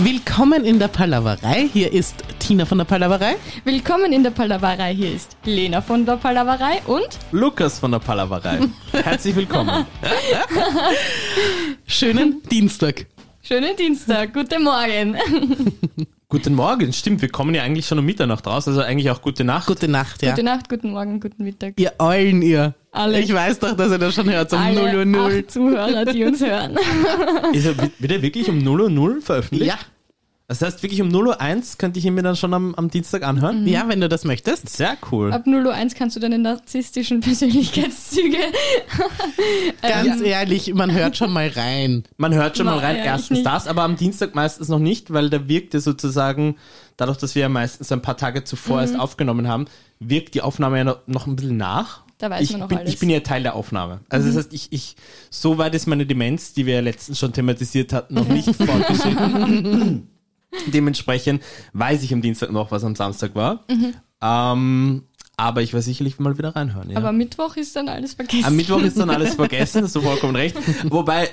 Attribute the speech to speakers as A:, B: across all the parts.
A: Willkommen in der Palaverei. Hier ist Tina von der Palaverei,
B: Willkommen in der Palaverei. Hier ist Lena von der Palaverei und
C: Lukas von der Palaverei. Herzlich willkommen.
A: Schönen Dienstag.
B: schönen Dienstag. Guten Morgen.
C: guten Morgen, stimmt, wir kommen ja eigentlich schon um Mitternacht raus, also eigentlich auch gute Nacht.
A: Gute Nacht, ja.
B: Gute Nacht, guten Morgen, guten Mittag.
A: Ihr Eulen, ihr.
B: Alle.
A: Ich weiß doch, dass ihr das schon hört um
B: Alle
A: 0 Uhr 0.
B: acht Zuhörer, die uns hören.
C: Ist er, wird er wirklich um 0 Uhr 0 veröffentlicht?
A: Ja,
C: Das heißt, wirklich um 0 Uhr 1 könnte ich ihn mir dann schon am, am Dienstag anhören?
A: ja, wenn du das möchtest.
C: Sehr cool.
B: Ab 0.01 kannst du deine narzisstischen Persönlichkeitszüge. ähm,
A: Ganz ehrlich, man hört schon mal rein.
C: Man hört schon mal
B: Na,
C: rein,
B: ja, ich
C: erstens
B: nicht.
C: das, aber am Dienstag meistens noch nicht, weil da wirkt ja sozusagen, dadurch, dass wir ja meistens ein paar Tage zuvor
B: Mhm.
C: erst aufgenommen haben, wirkt die Aufnahme ja noch- noch ein bisschen nach.
B: Da weiß
C: ich
B: man noch
C: bin,
B: alles. Mhm.
C: Ich bin ja Teil der Aufnahme. Also das heißt, ich, ich, so weit ist meine Demenz, die wir ja letztens schon thematisiert hatten, noch nicht fortgeschritten. Dementsprechend weiß ich am Dienstag noch, was am Samstag war.
B: Mhm.
C: Ähm, aber ich werde sicherlich mal wieder reinhören. Ja.
B: Aber Mittwoch ist dann alles vergessen.
C: Am Mittwoch ist dann alles vergessen, hast du vollkommen recht. Wobei,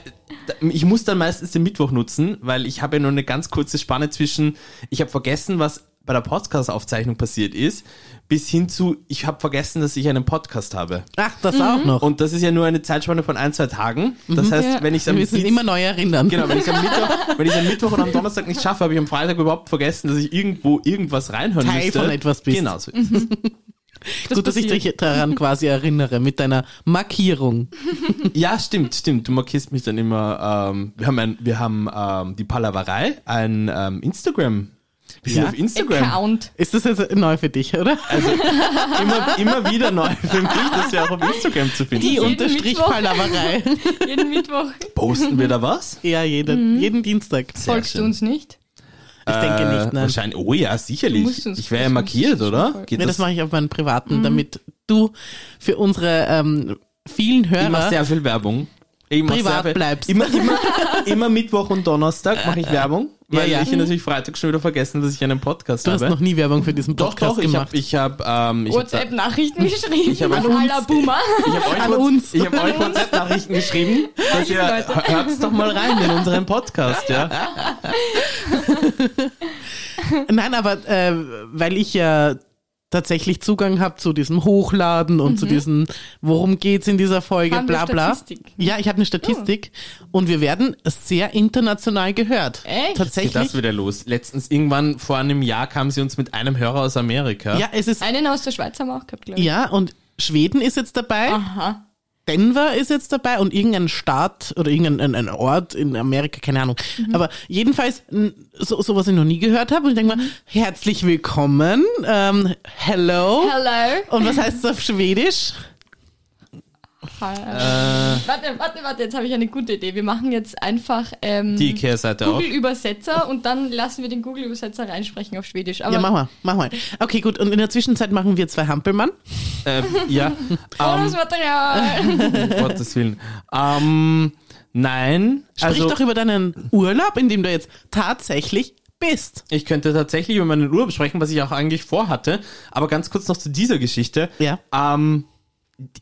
C: da- ich muss dann meistens den Mittwoch nutzen, weil ich habe ja nur eine ganz kurze Spanne zwischen, ich habe vergessen, was bei der Podcast-Aufzeichnung passiert ist, bis hin zu, ich habe vergessen, dass ich einen Podcast habe.
A: Ach,
B: Mhm.
A: das auch noch.
C: Und das ist ja nur eine Zeitspanne von ein, zwei Tagen. Das heißt,
B: Ja.
C: wenn ich es
A: Mhm. Wir
C: am
A: müssen
C: Dienst-
A: immer neu erinnern.
C: Genau, wenn ich am Mittwoch, wenn ich's am Mittwoch oder am Donnerstag nicht schaffe, habe ich am Freitag überhaupt vergessen, dass ich irgendwo irgendwas reinhören
A: Teil
C: müsste.
A: von etwas bist.
C: Genau so.
B: Das
A: Gut, dass ich
B: passiert.
A: dich daran quasi erinnere mit deiner Markierung.
C: Ja, stimmt, stimmt. Du markierst mich dann immer. Ähm, wir haben, ein, wir haben ähm, die Palaverei, ein ähm, Instagram. Wir sind
A: Ja.
C: auf Instagram. Also,
B: Account.
A: Ist das jetzt neu für dich, oder?
C: Immer, immer wieder neu für mich, dass wir auch auf Instagram zu finden
A: Die
C: sind.
B: jeden
A: unterstrich
B: Mittwoch.
A: Palaverei.
B: Jeden Mittwoch
C: Posten wir da was?
A: Ja,
B: Mhm.
A: jeden, jeden Dienstag. Ich
B: folgst du uns nicht.
A: denke nicht, nein.
C: Äh, Wahrscheinlich. Oh ja,
B: Du
C: sicherlich.
B: musst uns-
C: Ich wäre ja
B: du musst
C: markiert,
B: uns
C: oder?
B: folgen.
C: Geht
A: Nee, das, mache ich auf meinen
B: Mhm.
A: privaten, damit du für unsere ähm, vielen
C: ich mache
A: Hörer
C: sehr viel Werbung. Ich mach
A: Privat bleibst.
C: Immer, immer, immer Mittwoch und Donnerstag mache ich Werbung,
A: Ja,
C: weil
A: ja.
C: ich natürlich Freitag schon wieder vergessen, dass ich einen Podcast
A: Du hast
C: habe.
A: noch nie Werbung für diesen
C: doch,
A: Podcast
C: doch, ich
A: gemacht.
C: habe ich hab, ähm, ich hab da-
B: WhatsApp-Nachrichten geschrieben.
C: Ich hab
B: an
C: uns-
B: aller Boomer.
C: Ich habe euch,
A: An
C: Whats-
A: uns.
C: Ich hab euch WhatsApp-Nachrichten geschrieben, dass ihr
B: Leute.
C: hört's doch mal rein in unseren Podcast, ja.
A: Nein, aber äh, weil ich ja tatsächlich Zugang habe zu diesem Hochladen und zu diesem, worum geht's in dieser Folge,
B: Mhm. Haben wir
A: bla bla.
B: Statistik? Oh.
A: Ja, ich habe eine Statistik und wir werden sehr international gehört.
B: Echt?
C: Geht
A: Tatsächlich.
C: das wieder los? Letztens irgendwann vor einem Jahr kamen sie uns mit einem Hörer aus Amerika.
A: Ja, es ist
B: Einen aus der Schweiz haben wir auch gehabt, glaube ich.
A: ja und Schweden ist jetzt dabei.
B: Aha.
A: Denver ist jetzt dabei und irgendein Staat oder irgendein ein, ein Ort in Amerika, keine Ahnung. Aber jedenfalls n- so, so was ich noch nie gehört habe. Und ich denke mal, herzlich willkommen, ähm, hello.
B: Hello.
A: Und was heißt es auf Schwedisch?
C: Äh.
B: Warte, warte, warte, jetzt habe ich eine gute Idee. Wir machen jetzt einfach ähm,
C: Die Ikea-Seite auch.
B: Google-Übersetzer und dann lassen wir den Google-Übersetzer reinsprechen auf Schwedisch. Aber
A: ja, mach mal, mach mal. Okay, gut. Und in der Zwischenzeit machen wir zwei Hampelmann.
C: Äh, ja. Ähm,
B: Bonusmaterial!
C: um Gottes Willen. Ähm, nein,
A: Sprich
C: also
A: doch über deinen Urlaub, in dem du jetzt tatsächlich bist.
C: ich könnte tatsächlich über meinen Urlaub sprechen, was ich auch eigentlich vorhatte. Aber ganz kurz noch zu dieser Geschichte.
A: Ja.
C: Ähm,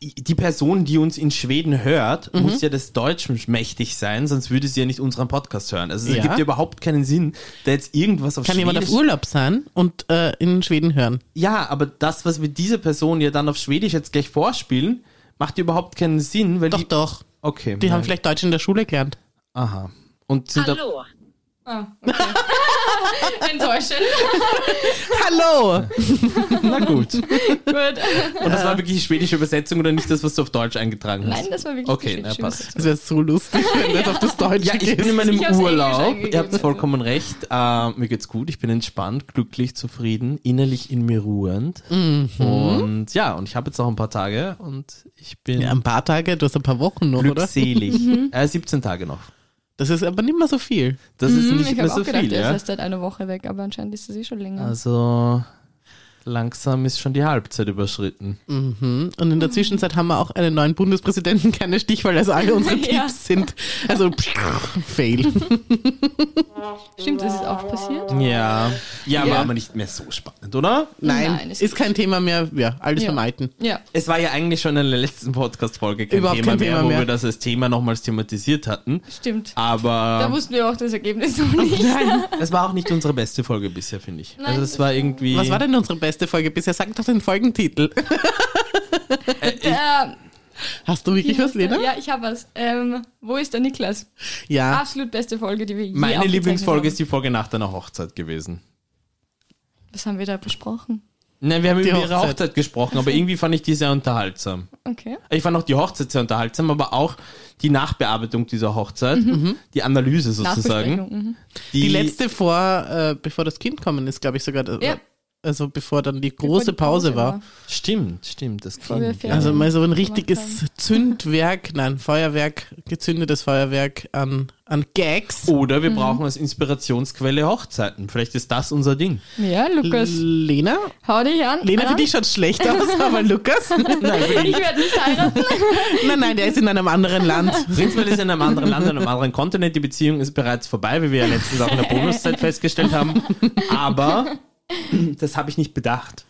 C: die, die Person, die uns in Schweden hört,
A: Mhm.
C: muss ja des Deutschen mächtig sein, sonst würde sie ja nicht unseren Podcast hören. Also es
A: Ja.
C: ergibt ja überhaupt keinen Sinn, da jetzt irgendwas auf
A: Kann
C: Schwedisch...
A: jemand auf Urlaub sein und äh, in Schweden hören?
C: Ja, aber das, was wir dieser Person ja dann auf Schwedisch jetzt gleich vorspielen, macht ja überhaupt keinen Sinn, weil
A: Doch,
C: die...
A: doch.
C: Okay.
A: Die
C: nein.
A: haben vielleicht Deutsch in der Schule gelernt.
C: Aha. Und sind da,
D: Hallo,
B: Ah, okay. Enttäuschend.
A: Hallo!
C: na gut. Und
B: Gut.
C: das war wirklich die schwedische Übersetzung oder nicht das, was du auf Deutsch eingetragen hast?
B: Nein, das war wirklich
C: Okay,
B: eine
C: na,
B: schwedische
C: passt.
A: Das wäre so lustig, wenn du jetzt auf das Deutsche
C: Ja, ich
A: gehst.
C: bin in meinem
B: Ich hab's Englisch
C: Urlaub.
B: eingegeben.
C: Ihr habt vollkommen recht. Äh, mir geht's gut. Ich bin entspannt, glücklich, zufrieden, innerlich in mir ruhend.
A: Mhm.
C: Und ja, und ich habe jetzt noch ein paar Tage und ich bin
A: Ja, ein paar Tage, du hast ein paar Wochen noch, oder?
B: Mhm.
C: glückselig. äh, 17 Tage noch.
A: Das ist aber nicht mehr so viel.
C: Das ist
B: Hm,
C: nicht
B: ich
C: mehr
B: habe auch
C: so
B: gedacht,
C: viel,
B: er ist
C: ja.
B: erst seit einer Woche weg, aber anscheinend ist es eh schon länger.
C: Also Langsam ist schon die Halbzeit überschritten.
A: Und
B: Mhm.
A: in der Zwischenzeit haben wir auch einen neuen Bundespräsidenten, keine Stichwahl, also alle unsere Tipps
B: Ja.
A: sind, also pff, fail.
B: Stimmt, das ist auch passiert.
C: Ja. Ja,
A: Ähm, Ja.
C: war aber nicht mehr so spannend, oder?
A: Nein,
B: Nein, es
A: ist, kein Thema mehr, ja, alles
B: Ja.
A: vermeiden.
B: Ja.
C: Es war ja eigentlich schon in der letzten Podcast-Folge kein
A: Überhaupt
C: Thema,
A: kein Thema
C: mehr, wo
A: mehr.
C: wir das als Thema nochmals thematisiert hatten.
B: Stimmt.
C: Aber
B: Da wussten wir auch das Ergebnis noch nicht.
C: Ähm. Oh, Nein, das war auch nicht unsere beste Folge bisher, finde ich.
B: Nein.
C: also es war irgendwie.
A: Was war denn unsere beste Folge bisher? Sag doch den Folgentitel.
B: Der-
A: Hast du wirklich was, Lena?
B: Ja, ich habe was. Ähm, wo ist der Niklas?
A: Ja.
B: Absolut beste Folge, die wir je
C: Meine
B: aufgezeichnet
C: Lieblingsfolge
B: haben.
C: ist die Folge nach deiner Hochzeit gewesen.
B: Was haben wir da besprochen?
C: Nein, wir haben
A: Die
C: über ihre
A: Hochzeit.
C: Hochzeit gesprochen, aber irgendwie fand ich die sehr unterhaltsam.
B: Okay.
C: Ich fand auch die Hochzeit sehr unterhaltsam, aber auch die Nachbearbeitung dieser Hochzeit, die Analyse sozusagen.
B: Mhm. Nachbesprechung. Mhm.
A: Die letzte vor, äh, bevor das Kind kommen ist, glaube ich sogar. äh,
B: Ja.
A: Also bevor dann die
B: Bevor die
A: große Pause, war.
C: Stimmt, stimmt, das
B: Liebe
C: kann.
B: Ferien.
A: Also mal so ein richtiges
B: haben.
A: Zündwerk, nein, Feuerwerk, gezündetes Feuerwerk an, an Gags.
C: Oder
B: Mhm.
C: wir brauchen als Inspirationsquelle Hochzeiten. Vielleicht ist das unser Ding.
B: Ja, Lukas.
A: Lena?
B: Hau dich an.
A: Lena,
B: Anna.
A: für dich schaut schlecht aus, aber Lukas?
B: Ich werde nicht heiraten.
A: Nein, nein, der ist in einem anderen Land.
C: Prinzipiell ist in einem anderen Land, in einem anderen Kontinent. Die Beziehung ist bereits vorbei, wie wir ja letztens auch in der Bonuszeit festgestellt haben. Aber das habe ich nicht bedacht.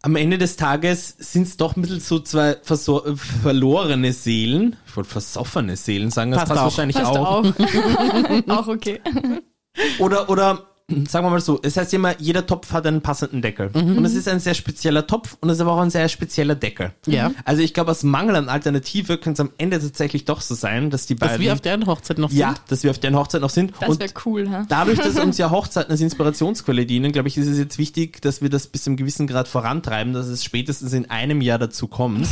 C: Am Ende des Tages sind es doch mittel so zwei versor- äh, verlorene Seelen. Ich wollte versoffene Seelen sagen, das
A: Passt
C: passt,
A: auch.
C: wahrscheinlich
B: Passt
C: auch.
B: auch. auch okay.
C: Oder, oder sagen wir mal so, es heißt immer, jeder Topf hat einen passenden Deckel.
A: Mhm.
C: Und es ist ein sehr spezieller Topf und es ist aber auch ein sehr spezieller Deckel.
A: Ja.
C: Also ich glaube, aus Mangel an Alternative könnte es am Ende tatsächlich doch so sein, dass die beiden...
A: Dass wir auf deren Hochzeit noch
C: ja,
A: sind.
C: dass wir auf deren Hochzeit noch sind.
B: Das
C: und
B: wäre cool, ha?
C: dadurch, dass uns ja Hochzeiten als Inspirationsquelle dienen, glaube ich, ist es jetzt wichtig, dass wir das bis zum gewissen Grad vorantreiben, dass es spätestens in einem Jahr dazu kommt.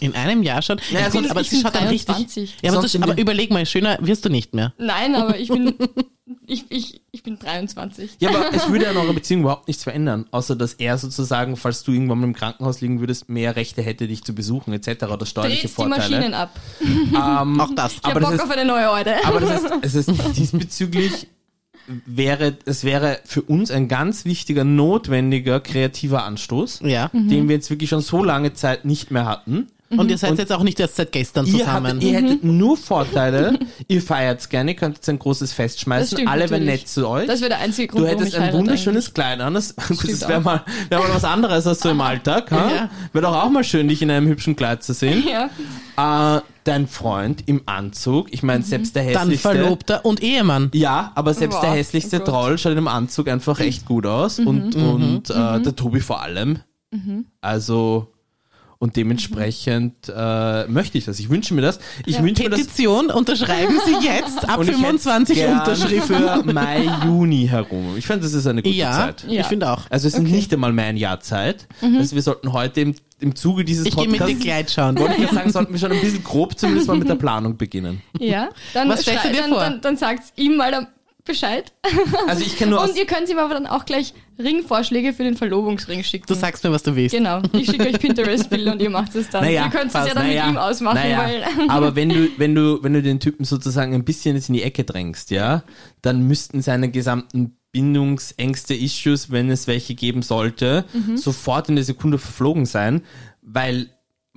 A: In einem Jahr schon.
C: Naja,
A: Ja, gut,
C: sonst-
A: aber
B: ich
A: sie
B: bin
A: schaut dann richtig.
B: 23.
A: Ja, aber,
C: Sonst
A: du,
C: in
A: aber
C: den-
A: überleg mal, schöner wirst du nicht mehr.
B: Nein, aber ich bin. Ich, ich, ich bin 23.
C: Ja, aber es würde an eurer Beziehung überhaupt nichts verändern, außer dass er sozusagen, falls du irgendwann mal im Krankenhaus liegen würdest, mehr Rechte hätte, dich zu besuchen etc. oder steuerliche
B: Dreht die
C: Vorteile.
B: Maschinen ab.
C: Ähm,
A: Auch das.
B: Ich
C: Aber
B: habe
C: das
B: Bock
C: ist-
B: auf eine neue Orte.
C: aber das ist, es ist diesbezüglich wäre, es wäre für uns ein ganz wichtiger, notwendiger, kreativer Anstoß,
A: Ja.
B: Mhm.
C: den wir jetzt wirklich schon so lange Zeit nicht mehr hatten.
A: Mhm. Und ihr seid jetzt auch nicht erst seit gestern
C: Ihr, eh
A: zusammen.
C: hattet,
B: Mhm.
C: ihr hättet nur Vorteile. ihr feiert's gerne, könntet ein großes Fest
B: Das
C: schmeißen.
B: stimmt
C: Alle wären
B: natürlich.
C: nett zu euch.
B: Das wäre der einzige Grund,
C: Du
B: warum
C: hättest
B: ich
C: ein
B: heirate
C: wunderschönes Kleid an. Das, das wäre
B: auch.
C: mal, wär mal was anderes als so im Alltag. Ha?
A: Ja.
C: Wäre doch auch mal schön, dich in einem hübschen Kleid zu sehen.
B: eigentlich. Ja.
C: Äh, dein Freund im Anzug. Ich
B: Mhm.
C: meine, selbst der
A: Dann
C: hässlichste.
A: Verlobter und Ehemann.
C: Ja, aber selbst
B: Wow,
C: der
B: oh
C: hässlichste
B: Gott. Mhm.
C: Troll schaut in einem Anzug einfach echt gut aus. Und, und äh, der Tobi vor allem.
B: Mhm.
C: Also, und dementsprechend äh, möchte ich das. Ich wünsche mir das. Ich wünsche mir das.
A: Petition unterschreiben Sie jetzt ab
C: Und ich hätt's
A: 25
C: gern
A: Unterschriften.
C: für Mai, Juni herum. Ich finde, das ist eine gute
A: Ja,
C: Zeit.
B: Ja.
A: ich finde auch.
C: Also es sind nicht einmal mehr ein Jahr Zeit.
B: Mhm.
C: Also wir sollten heute im, im Zuge dieses
A: Ich gehe mit
C: Podcasts,
A: dem Kleid schauen.
C: wollte ich ja sagen, sollten wir schon ein bisschen grob zumindest mal mit der Planung beginnen.
B: Ja, dann,
A: Was stellst du
B: schrei-
A: dir
B: dann,
A: vor?
B: dann, dann sagt ihm mal dann Bescheid.
C: Also ich kann nur aus,
B: Und ihr könnt ihm aber dann auch gleich Ringvorschläge für den Verlobungsring schicken.
A: Du sagst mir, was du willst.
B: genau, ich schicke euch Pinterest-Bilder und ihr macht es dann. ihr könnt es
C: passt.
B: ja dann
C: Naja,
B: mit ihm ausmachen,
C: naja.
B: weil
C: Aber wenn du, wenn du, wenn du den Typen sozusagen ein bisschen jetzt in die Ecke drängst, ja, dann müssten seine gesamten Bindungsängste, Issues, wenn es welche geben sollte,
B: Mhm.
C: sofort in der Sekunde verflogen sein, weil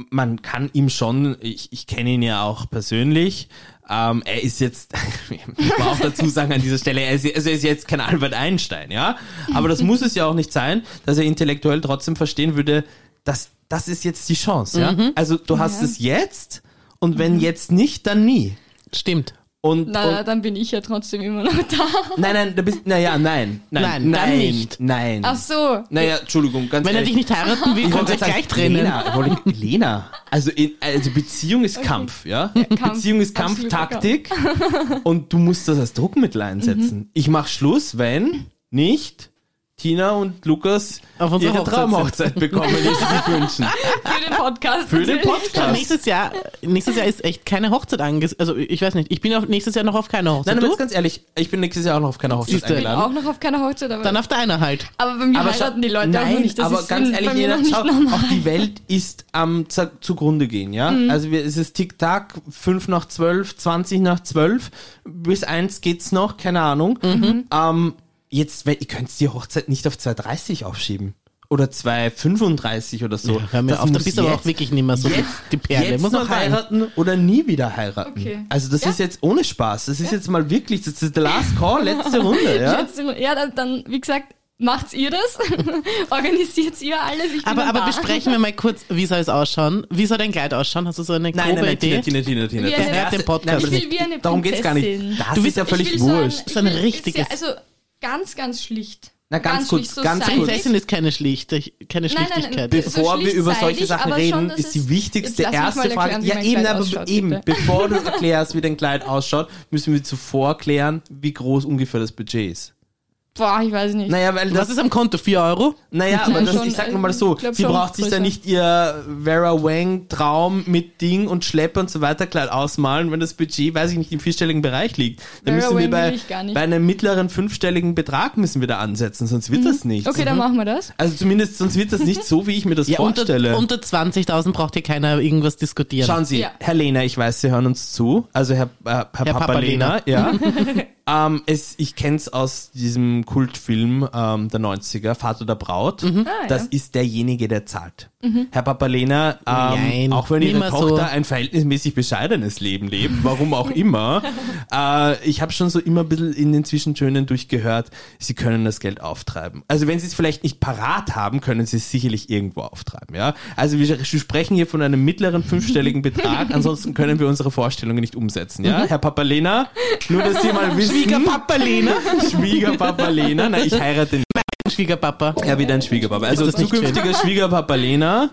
C: man kann ihm schon, ich, ich kenne ihn ja auch persönlich, ähm, er ist jetzt, ich muss auch dazu sagen an dieser Stelle, er ist, also er ist jetzt kein Albert Einstein, ja, aber das muss es ja auch nicht sein, dass er intellektuell trotzdem verstehen würde, dass das ist jetzt die Chance, ja.
A: Mhm.
C: Also du hast
B: Ja.
C: es jetzt und wenn jetzt nicht, dann nie.
A: Stimmt.
C: Und,
B: na,
C: und
B: na, dann bin ich ja trotzdem immer noch da.
C: nein, nein, da bist, naja, nein, nein,
A: Nein, dann
C: nein,
A: nicht.
C: nein.
B: Ach so.
C: Naja, Entschuldigung, ganz
A: Wenn er
C: ehrlich.
A: dich nicht heiraten will, könnt ihr euch
C: wollte
A: gleich trennen.
C: Lena, wollte ich, Lena. Also, in, also Beziehung ist Kampf, ja?
B: Kampf,
C: Beziehung ist Kampf,
B: absoluter
C: Taktik. Und du musst das als Druckmittel einsetzen. Ich mach Schluss, wenn nicht Tina und Lukas
A: Auf unsere
C: ihre
A: Hochzeit
C: Traumhochzeit bekommen, die sie sich wünschen.
B: Für den Podcast.
C: Für den
B: natürlich.
A: Aber
C: Podcast.
A: nächstes Jahr, nächstes Jahr ist echt keine Hochzeit anges... Also ich weiß nicht, ich bin auf, nächstes Jahr noch auf keiner
C: Nein,
A: Hochzeit.
C: aber
A: Nein,
C: jetzt ganz ehrlich, ich bin nächstes Jahr auch noch auf keiner Hochzeit
A: Siehst du.
B: Auch
C: eingeladen.
B: noch auf keiner Hochzeit, aber,
A: Dann auf der einer halt.
B: aber bei mir
C: schau-
B: heiraten die Leute auch noch
C: nein,
B: nicht. Das
C: aber
B: ist
C: ganz
B: bei
C: ehrlich,
B: mir
C: jeder,
B: noch nicht
C: schau,
B: normal. Mhm.
C: auch die Welt ist am Zer- zugrunde gehen, ja? Also wir, es ist Tick-Tack, 5 nach 12, 20 nach 12, bis 1 geht's
B: Mhm.
C: noch, keine Ahnung. Ähm, jetzt, we- ihr könnt die Hochzeit nicht auf 2.30 aufschieben. oder 2,35 oder so.
A: Ja, hör mir
C: Das
A: auf, da
C: muss
A: bist du aber
C: jetzt-
A: auch wirklich nicht mehr so die, die Perle.
C: Jetzt halt-
A: Muss
C: noch
A: noch heiraten.
C: heiraten oder nie wieder heiraten.
B: Okay.
C: Also das
B: Ja.
C: ist jetzt ohne Spaß. Das ist jetzt mal wirklich, das ist der Last Call, letzte Runde. Ja?
B: Letzte Runde. Ja, dann, dann, wie gesagt, macht's ihr das? Organisiert ihr alles? Ich bin
A: Aber,
B: dann
A: aber
B: da.
A: besprechen wir mal kurz, wie soll es ausschauen? Wie soll dein Kleid ausschauen? Hast du so eine grobe Idee?
C: Tina, Tina, Tina, Tina.
B: Wie
C: Das
B: eine-
C: erste-
A: Ich will
C: aber das-
B: wie eine
C: Darum geht's gar nicht.
B: Prinzessin.
C: Das
A: Du
C: ist
A: bist-
C: ja
B: Ich will
C: völlig wurscht.
B: ich
A: So ein
B: will-
A: richtiges-
B: Sehr, also ganz, ganz schlicht.
C: Na, ganz kurz,
B: schlicht, so
C: ganz
B: seidig.
C: kurz.
A: Prinzessin ist keine, Schlichte, keine
B: Nein, nein,
A: Schlichtigkeit.
B: nein, so
C: Bevor wir
B: schlicht
C: über
B: seidig,
C: solche Sachen
B: aber
C: reden,
B: schon, dass
C: ist
B: es-
C: die wichtigste
B: Jetzt lass mich mal
C: erste Frage.
B: erklären, wie
C: ja,
B: mein
C: eben,
B: Kleid
C: aber
B: ausschaut,
C: eben,
B: bitte.
C: bevor du erklärst, wie dein Kleid ausschaut, müssen wir zuvor klären, wie groß ungefähr das Budget ist.
B: Boah, ich weiß nicht.
C: Naja, weil das
A: Was ist am Konto? 4 Euro?
C: Naja, aber das,
B: schon,
C: ich sag
B: äh,
C: nur mal so,
B: ich glaub
C: sie
B: schon
C: braucht sich da
B: größer.
C: nicht ihr Vera Wang Traum mit Ding und Schleppe und so weiter Kleid ausmalen, wenn das Budget, weiß ich nicht, im vierstelligen Bereich liegt. Da
B: Vera
C: müssen wir
B: Wang
C: bei,
B: will ich gar nicht.
C: bei einem mittleren fünfstelligen Betrag müssen wir da ansetzen, sonst wird das nicht.
B: Mhm. Okay, dann machen wir das.
C: Also zumindest, sonst wird das nicht so, wie ich mir das vorstelle.
A: unter, unter 20.000 braucht hier keiner irgendwas diskutieren.
C: Schauen Sie,
B: Ja.
C: Herr Lehner, ich weiß, Sie hören uns zu. Also Herr, äh, Herr, Papa, Lehner, ja. ähm, es, ich kenne es aus diesem Kultfilm ähm, der 90er, Vater der Braut.
B: Ah, ja.
C: Das
B: Mhm.
C: ist derjenige, der zahlt. Herr Papa Lehner, ähm,
A: Nein,
C: auch wenn Ihre
A: nimmer so.
C: Tochter ein verhältnismäßig bescheidenes Leben lebt, warum auch immer, äh, ich habe schon so immer ein bisschen in den Zwischentönen durchgehört, Sie können das Geld auftreiben. Also wenn Sie es vielleicht nicht parat haben, können Sie es sicherlich irgendwo auftreiben. Ja? Also wir sprechen hier von einem mittleren fünfstelligen Betrag, ansonsten können wir unsere Vorstellungen nicht umsetzen.
B: Mhm.
C: Ja? Herr Papalena, nur dass Sie mal wissen,
A: Schwiegerpapa Lena?
C: Schwiegerpapa Lena, na ich heirate
A: Schwiegerpapa.
C: ja, wieder ein Schwiegerpapa. Also
A: Das ist nicht
C: zukünftiger Schwiegerpapa Lena.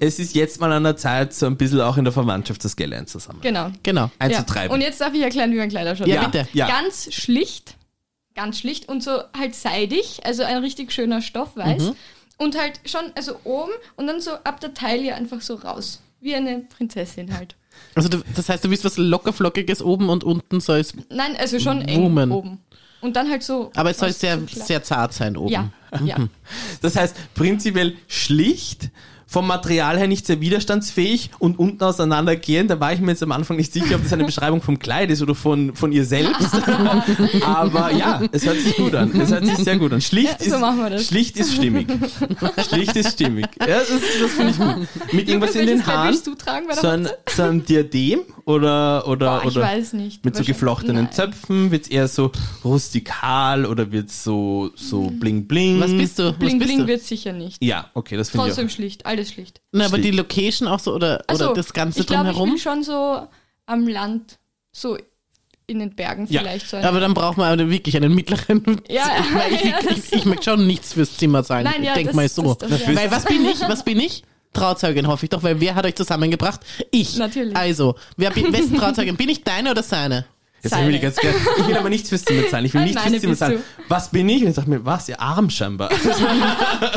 C: Es ist jetzt mal an der Zeit, so ein bisschen auch in der Verwandtschaft das Geld einzusammeln.
B: Genau.
A: Genau.
C: Einzutreiben.
B: Und jetzt darf ich erklären, wie mein Kleiderschrank
A: Ja,
B: ist.
A: bitte.
C: Ja.
B: Ganz schlicht, ganz schlicht und so halt seidig, also ein richtig schöner Stoff, weiß.
C: Mhm.
B: Und halt schon, also oben und dann so ab der Taille einfach so raus. Wie eine Prinzessin halt.
A: Also du, das heißt, du willst was lockerflockiges oben und unten soll es,
B: Nein, also schon eng
A: Woman.
B: oben. Und dann halt so.
A: aber es soll
B: was
A: sehr,
B: zu klar-
A: sehr zart sein oben.
B: Ja,
C: Mhm.
B: ja.
C: Das heißt, prinzipiell schlicht, vom Material her nicht sehr widerstandsfähig und unten auseinandergehend. Da war ich mir jetzt am Anfang nicht sicher, ob das eine Beschreibung vom Kleid ist oder von, von ihr selbst. Aber ja, es hört sich gut an. Es hört sich sehr gut an. Schlicht,
B: Ja, so machen wir
C: ist,
B: das.
C: schlicht ist stimmig. Schlicht ist stimmig. Ja, das, das finde ich gut. Mit irgendwas in den
B: Welches Kleid
C: Haaren.
B: willst du tragen bei der
C: So ein,
B: Hochzeit?
C: so ein Diadem oder, oder,
B: Boah,
C: oder
B: ich weiß nicht.
C: mit so
B: Wahrscheinlich-
C: geflochtenen
B: Nein.
C: Zöpfen? Wird es eher so rustikal oder wird es so, so
B: Hm.
C: bling bling?
A: Was bist du?
B: Mhm. Bling
A: was bist
B: Bling
A: du?
B: wird sicher nicht.
C: Ja, okay, das finde ich auch.
B: Trotzdem schlicht, alles schlicht.
A: Na, aber
C: Schlicht.
A: die Location auch so oder,
B: Also,
A: oder das Ganze
B: ich glaub, Ich
A: drumherum.
B: will schon so am Land, so in den Bergen
C: Ja,
B: vielleicht so. ein-
A: Aber dann braucht man aber wirklich einen mittleren.
B: ja,
A: Weil ich,
B: ja,
A: ich,
B: das-
A: ich, ich möchte schon nichts fürs Zimmer sagen.
B: Nein,
A: ich
B: ja,
A: denk
B: das-
A: mal so.
B: das- das- das-
A: weil was bin ich? Was bin ich? Trauzeugin hoffe ich doch, weil wer hat euch zusammengebracht? Ich.
B: Natürlich.
A: Also, wer bin, wessen Trauzeugin? Bin ich deine oder seine?
C: Jetzt hab ich, mir die
B: Seine.
C: ganz klar, ich will aber nichts fürs Zimmer zahlen. Ich will
B: Ah,
C: nichts
B: meine
C: fürs Zimmer
B: bist
C: zahlen. Was bin ich? Und ich dachte mir, was? Ihr Arm scheinbar.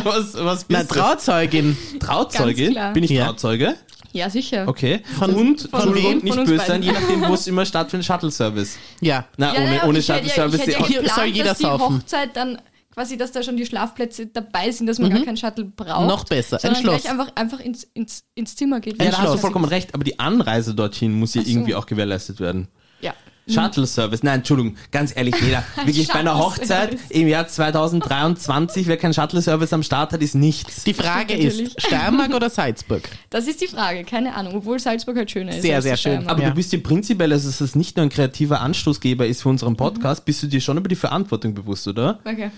C: was, was
A: Na,
C: bist du?
A: Trauzeugin.
B: Ganz
C: Trauzeugin?
B: klar.
C: Bin ich
A: Ja.
C: Trautzeuge?
B: ja, sicher.
C: Okay. und
A: von
C: Entschuldigung,
A: wem?
C: nicht
B: Von uns
C: böse sein,
B: beiden.
C: je nachdem, wo es immer stattfindet, Shuttle-Service.
A: Ja.
C: Na,
B: Ja,
C: ohne,
B: ja,
C: ohne
B: ich hätte ja- Ich
C: Shuttle-Service.
B: hätte ja
C: auch-
A: Hier
B: geplant,
A: soll jeder
B: dass die
A: saufen.
B: Hochzeit dann quasi, dass da schon die Schlafplätze dabei sind, dass man gar keinen Shuttle braucht.
A: Mhm. Noch besser, ein
B: sondern
A: Schloss.
B: Gleich einfach, einfach ins, ins, ins Zimmer geht.
C: Ja,
A: Ein
C: da hast du
A: Schloss.
C: vollkommen recht, aber die Anreise dorthin muss ja
B: Ach so.
C: irgendwie auch gewährleistet werden.
B: Ja.
C: Shuttle-Service, nein, Entschuldigung, ganz ehrlich, jeder. Wirklich bei einer Hochzeit
B: Shuttle-Service.
C: im Jahr 2023, wer keinen Shuttle-Service am Start hat, ist nichts.
A: Die Frage
B: Natürlich.
A: ist, Steiermark oder Salzburg?
B: Das ist die Frage, keine Ahnung. Obwohl Salzburg halt schöner ist.
A: Sehr,
B: als die
A: sehr schön.
B: Steiermark.
C: Aber
A: Ja.
C: du bist dir prinzipiell, also dass das nicht nur ein kreativer Anstoßgeber ist für unseren Podcast, bist du dir schon über die Verantwortung bewusst, oder?
B: Okay.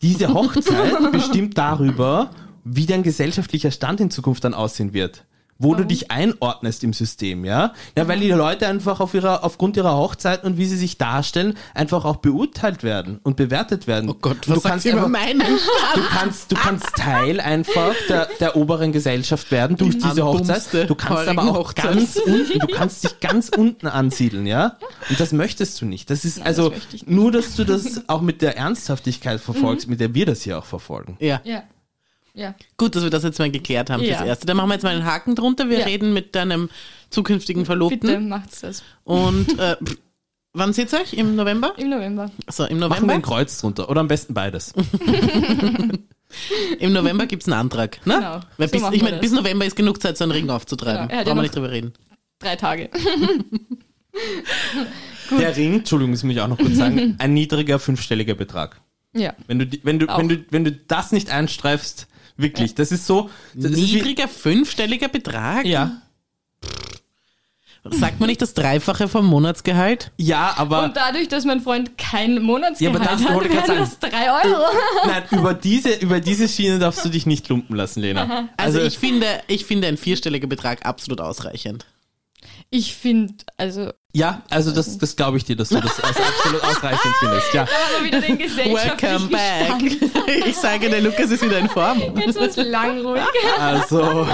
C: Diese Hochzeit bestimmt darüber, wie dein gesellschaftlicher Stand in Zukunft dann aussehen wird. Wo du dich einordnest im System, ja? Ja, weil die Leute einfach auf ihrer, aufgrund ihrer Hochzeit und wie sie sich darstellen, einfach auch beurteilt werden und bewertet werden.
A: Oh Gott,
C: Und
A: was sagt ihr über
C: einfach-
A: meinen?
C: Du kannst, du kannst Teil einfach der, der oberen Gesellschaft werden durch diese
A: andummste,
C: Hochzeit. Du kannst aber
A: heurigen
C: auch
A: Hochzeit.
C: ganz unten, du kannst dich ganz unten ansiedeln, ja? Und das möchtest du nicht. Das ist
B: Nein,
C: also
B: das möchte ich nicht. Mhm.
C: nur, dass du das auch mit der Ernsthaftigkeit verfolgst, mit der wir das hier auch verfolgen.
A: Ja.
B: Ja. Ja.
A: Gut, dass wir das jetzt mal geklärt haben,
B: Ja.
A: das Erste. Dann machen wir jetzt mal einen Haken drunter. Wir
B: Ja.
A: reden mit deinem zukünftigen Verlobten.
B: Bitte macht's das.
A: Und äh, pff, wann seht's euch? Im November?
B: Im November.
A: So, im
C: Machen wir
A: November.
C: ein Kreuz drunter. Oder am besten beides.
A: Im November gibt's einen Antrag. Ne?
B: Genau.
A: Weil
B: So
A: bis,
B: machen
A: ich
B: wir
A: meine,
B: das.
A: bis November ist genug Zeit, so einen Ring aufzutreiben.
B: Genau. Er hat
A: Brauchen wir
B: ja noch-
A: nicht drüber reden.
B: Drei Tage.
C: Der Ring, Entschuldigung, das muss ich auch noch kurz sagen, ein niedriger fünfstelliger Betrag.
B: Ja.
C: Wenn du, die- wenn du,
B: Auch.
C: wenn du, wenn du das nicht einstreifst, Wirklich, das ist so. Das ist wie,
A: Niedriger fünfstelliger Betrag?
C: ja.
A: Sagt man nicht das Dreifache vom Monatsgehalt?
C: ja, aber.
B: Und dadurch, dass mein Freund kein Monatsgehalt
C: Ja, aber das wollte
B: hat,
C: ich grad
B: wären das drei Euro.
A: Äh.
C: Nein, über diese, über diese Schiene darfst du dich nicht lumpen lassen, Lena.
A: Also, ich, finde, ich finde ein vierstelliger Betrag absolut ausreichend.
B: Ich finde, also,
C: Ja, also das, das glaube ich dir, dass du das als absolut ausreichend findest. Ja.
B: da haben wir wieder den
A: Welcome
B: gesellschaftlichen
A: back.
B: Stand.
A: Ich sage, der Lukas ist wieder in Form.
B: Jetzt wird lang ruhig.
C: Also.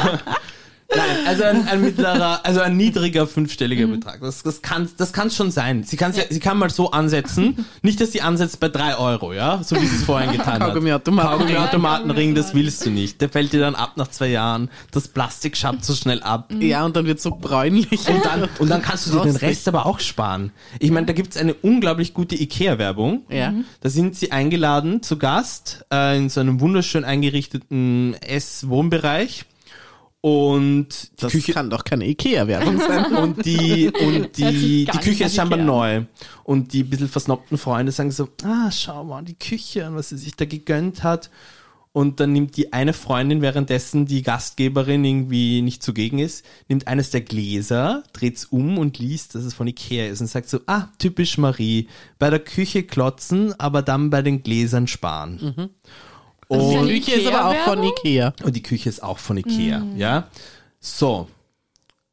C: Nein, also ein, ein mittlerer, also ein niedriger fünfstelliger Betrag. Das, das kann das kann's schon sein. Sie, kann's ja, sie kann mal so ansetzen. Nicht, dass sie ansetzt bei drei Euro, ja? So wie sie es vorhin getan hat.
A: Kaugummiautomaten.
C: Kaugummi-Automatenring, das willst du nicht. Der fällt dir dann ab nach zwei Jahren. Das Plastik schabt so schnell ab.
A: Ja, und dann wird so bräunlich.
C: Und dann, und dann kannst du dir den Rest aber auch sparen. Ich meine, da gibt's eine unglaublich gute IKEA-Werbung.
A: Ja.
C: Da sind sie eingeladen zu Gast äh, in so einem wunderschön eingerichteten Ess-Wohnbereich. Und die
A: Das
C: Küche
A: kann doch keine Ikea-Werbung sein.
C: und die, und
B: Hört sich
C: die,
B: gar
C: die Küche
B: nicht
C: ist
B: an
C: scheinbar
B: Ikea.
C: neu. Und die bisschen versnobten Freunde sagen so, ah, schau mal, die Küche und was sie sich da gegönnt hat. Und dann nimmt die eine Freundin, währenddessen die Gastgeberin irgendwie nicht zugegen ist, nimmt eines der Gläser, dreht's um und liest, dass es von Ikea ist und sagt so, ah, typisch Marie, bei der Küche klotzen, aber dann bei den Gläsern sparen.
B: ist
C: Und
B: ja
A: Die Küche Oh, ist aber auch von
B: Ikea-Werbung?
A: Ikea.
C: und die Küche ist auch von Ikea, ja? So.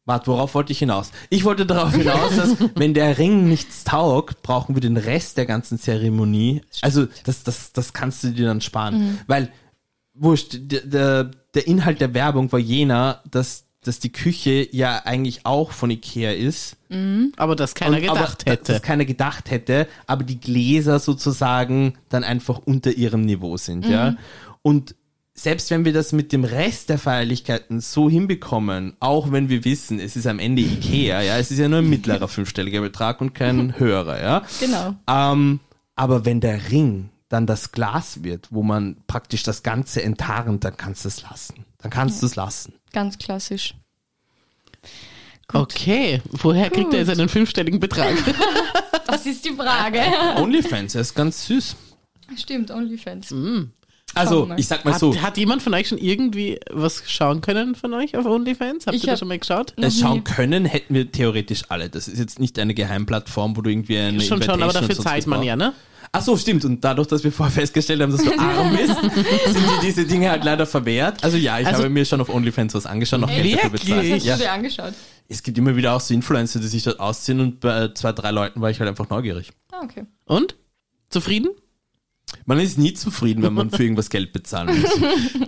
C: Warte, worauf wollte ich hinaus? Ich wollte darauf hinaus, dass wenn der Ring nichts taugt, brauchen wir den Rest der ganzen Zeremonie. Also das, das, das kannst du dir dann sparen. Weil, wurscht, der, der, der Inhalt der Werbung war jener, dass, dass die Küche ja eigentlich auch von Ikea ist.
A: Aber das keiner
C: aber-
A: gedacht
C: Dass,
A: hätte.
C: dass keiner gedacht hätte, aber die Gläser sozusagen dann einfach unter ihrem Niveau sind,
A: Mhm.
C: ja. Und selbst wenn wir das mit dem Rest der Feierlichkeiten so hinbekommen, auch wenn wir wissen, es ist am Ende Ikea, ja, es ist ja nur ein mittlerer fünfstelliger Betrag und kein höherer, ja.
B: Genau.
C: Ähm, aber wenn der Ring dann das Glas wird, wo man praktisch das Ganze enttarnt, dann kannst du es lassen. Dann kannst du es lassen.
B: Ganz klassisch.
A: Okay, woher kriegt er jetzt
B: Hm.
A: einen fünfstelligen Betrag?
B: Das ist die Frage.
C: OnlyFans, er ist ganz süß.
B: Stimmt, OnlyFans.
A: Mhm,
B: Schauen
C: Also,
B: wir mal.
C: ich sag mal so.
A: Hat, hat jemand von euch schon irgendwie was schauen können von euch auf OnlyFans? Habt
B: Ich
A: ihr
B: hab-
A: das schon mal geschaut?
C: es schauen können, hätten wir theoretisch alle. Das ist jetzt nicht eine Geheimplattform, wo du irgendwie eine
A: Schon, schon,
C: Invitation
A: aber
C: und
A: dafür
C: sonst was
A: zahlt man
C: brauchst.
A: ja, ne?
C: Ach so, stimmt. Und dadurch, dass wir vorher festgestellt haben, dass du arm bist, sind dir diese Dinge halt leider verwehrt. Also ja, ich
A: Also-
C: habe mir schon auf OnlyFans was angeschaut, noch Geld dafür
B: Das
C: bezahlt.
B: hast
C: Ja.
B: du dir angeschaut.
C: Es gibt immer wieder auch so Influencer, die sich dort ausziehen und bei zwei, drei Leuten war ich halt einfach neugierig.
B: Ah, okay.
A: Und? Zufrieden?
C: Man ist nie zufrieden, wenn man für irgendwas Geld bezahlen muss.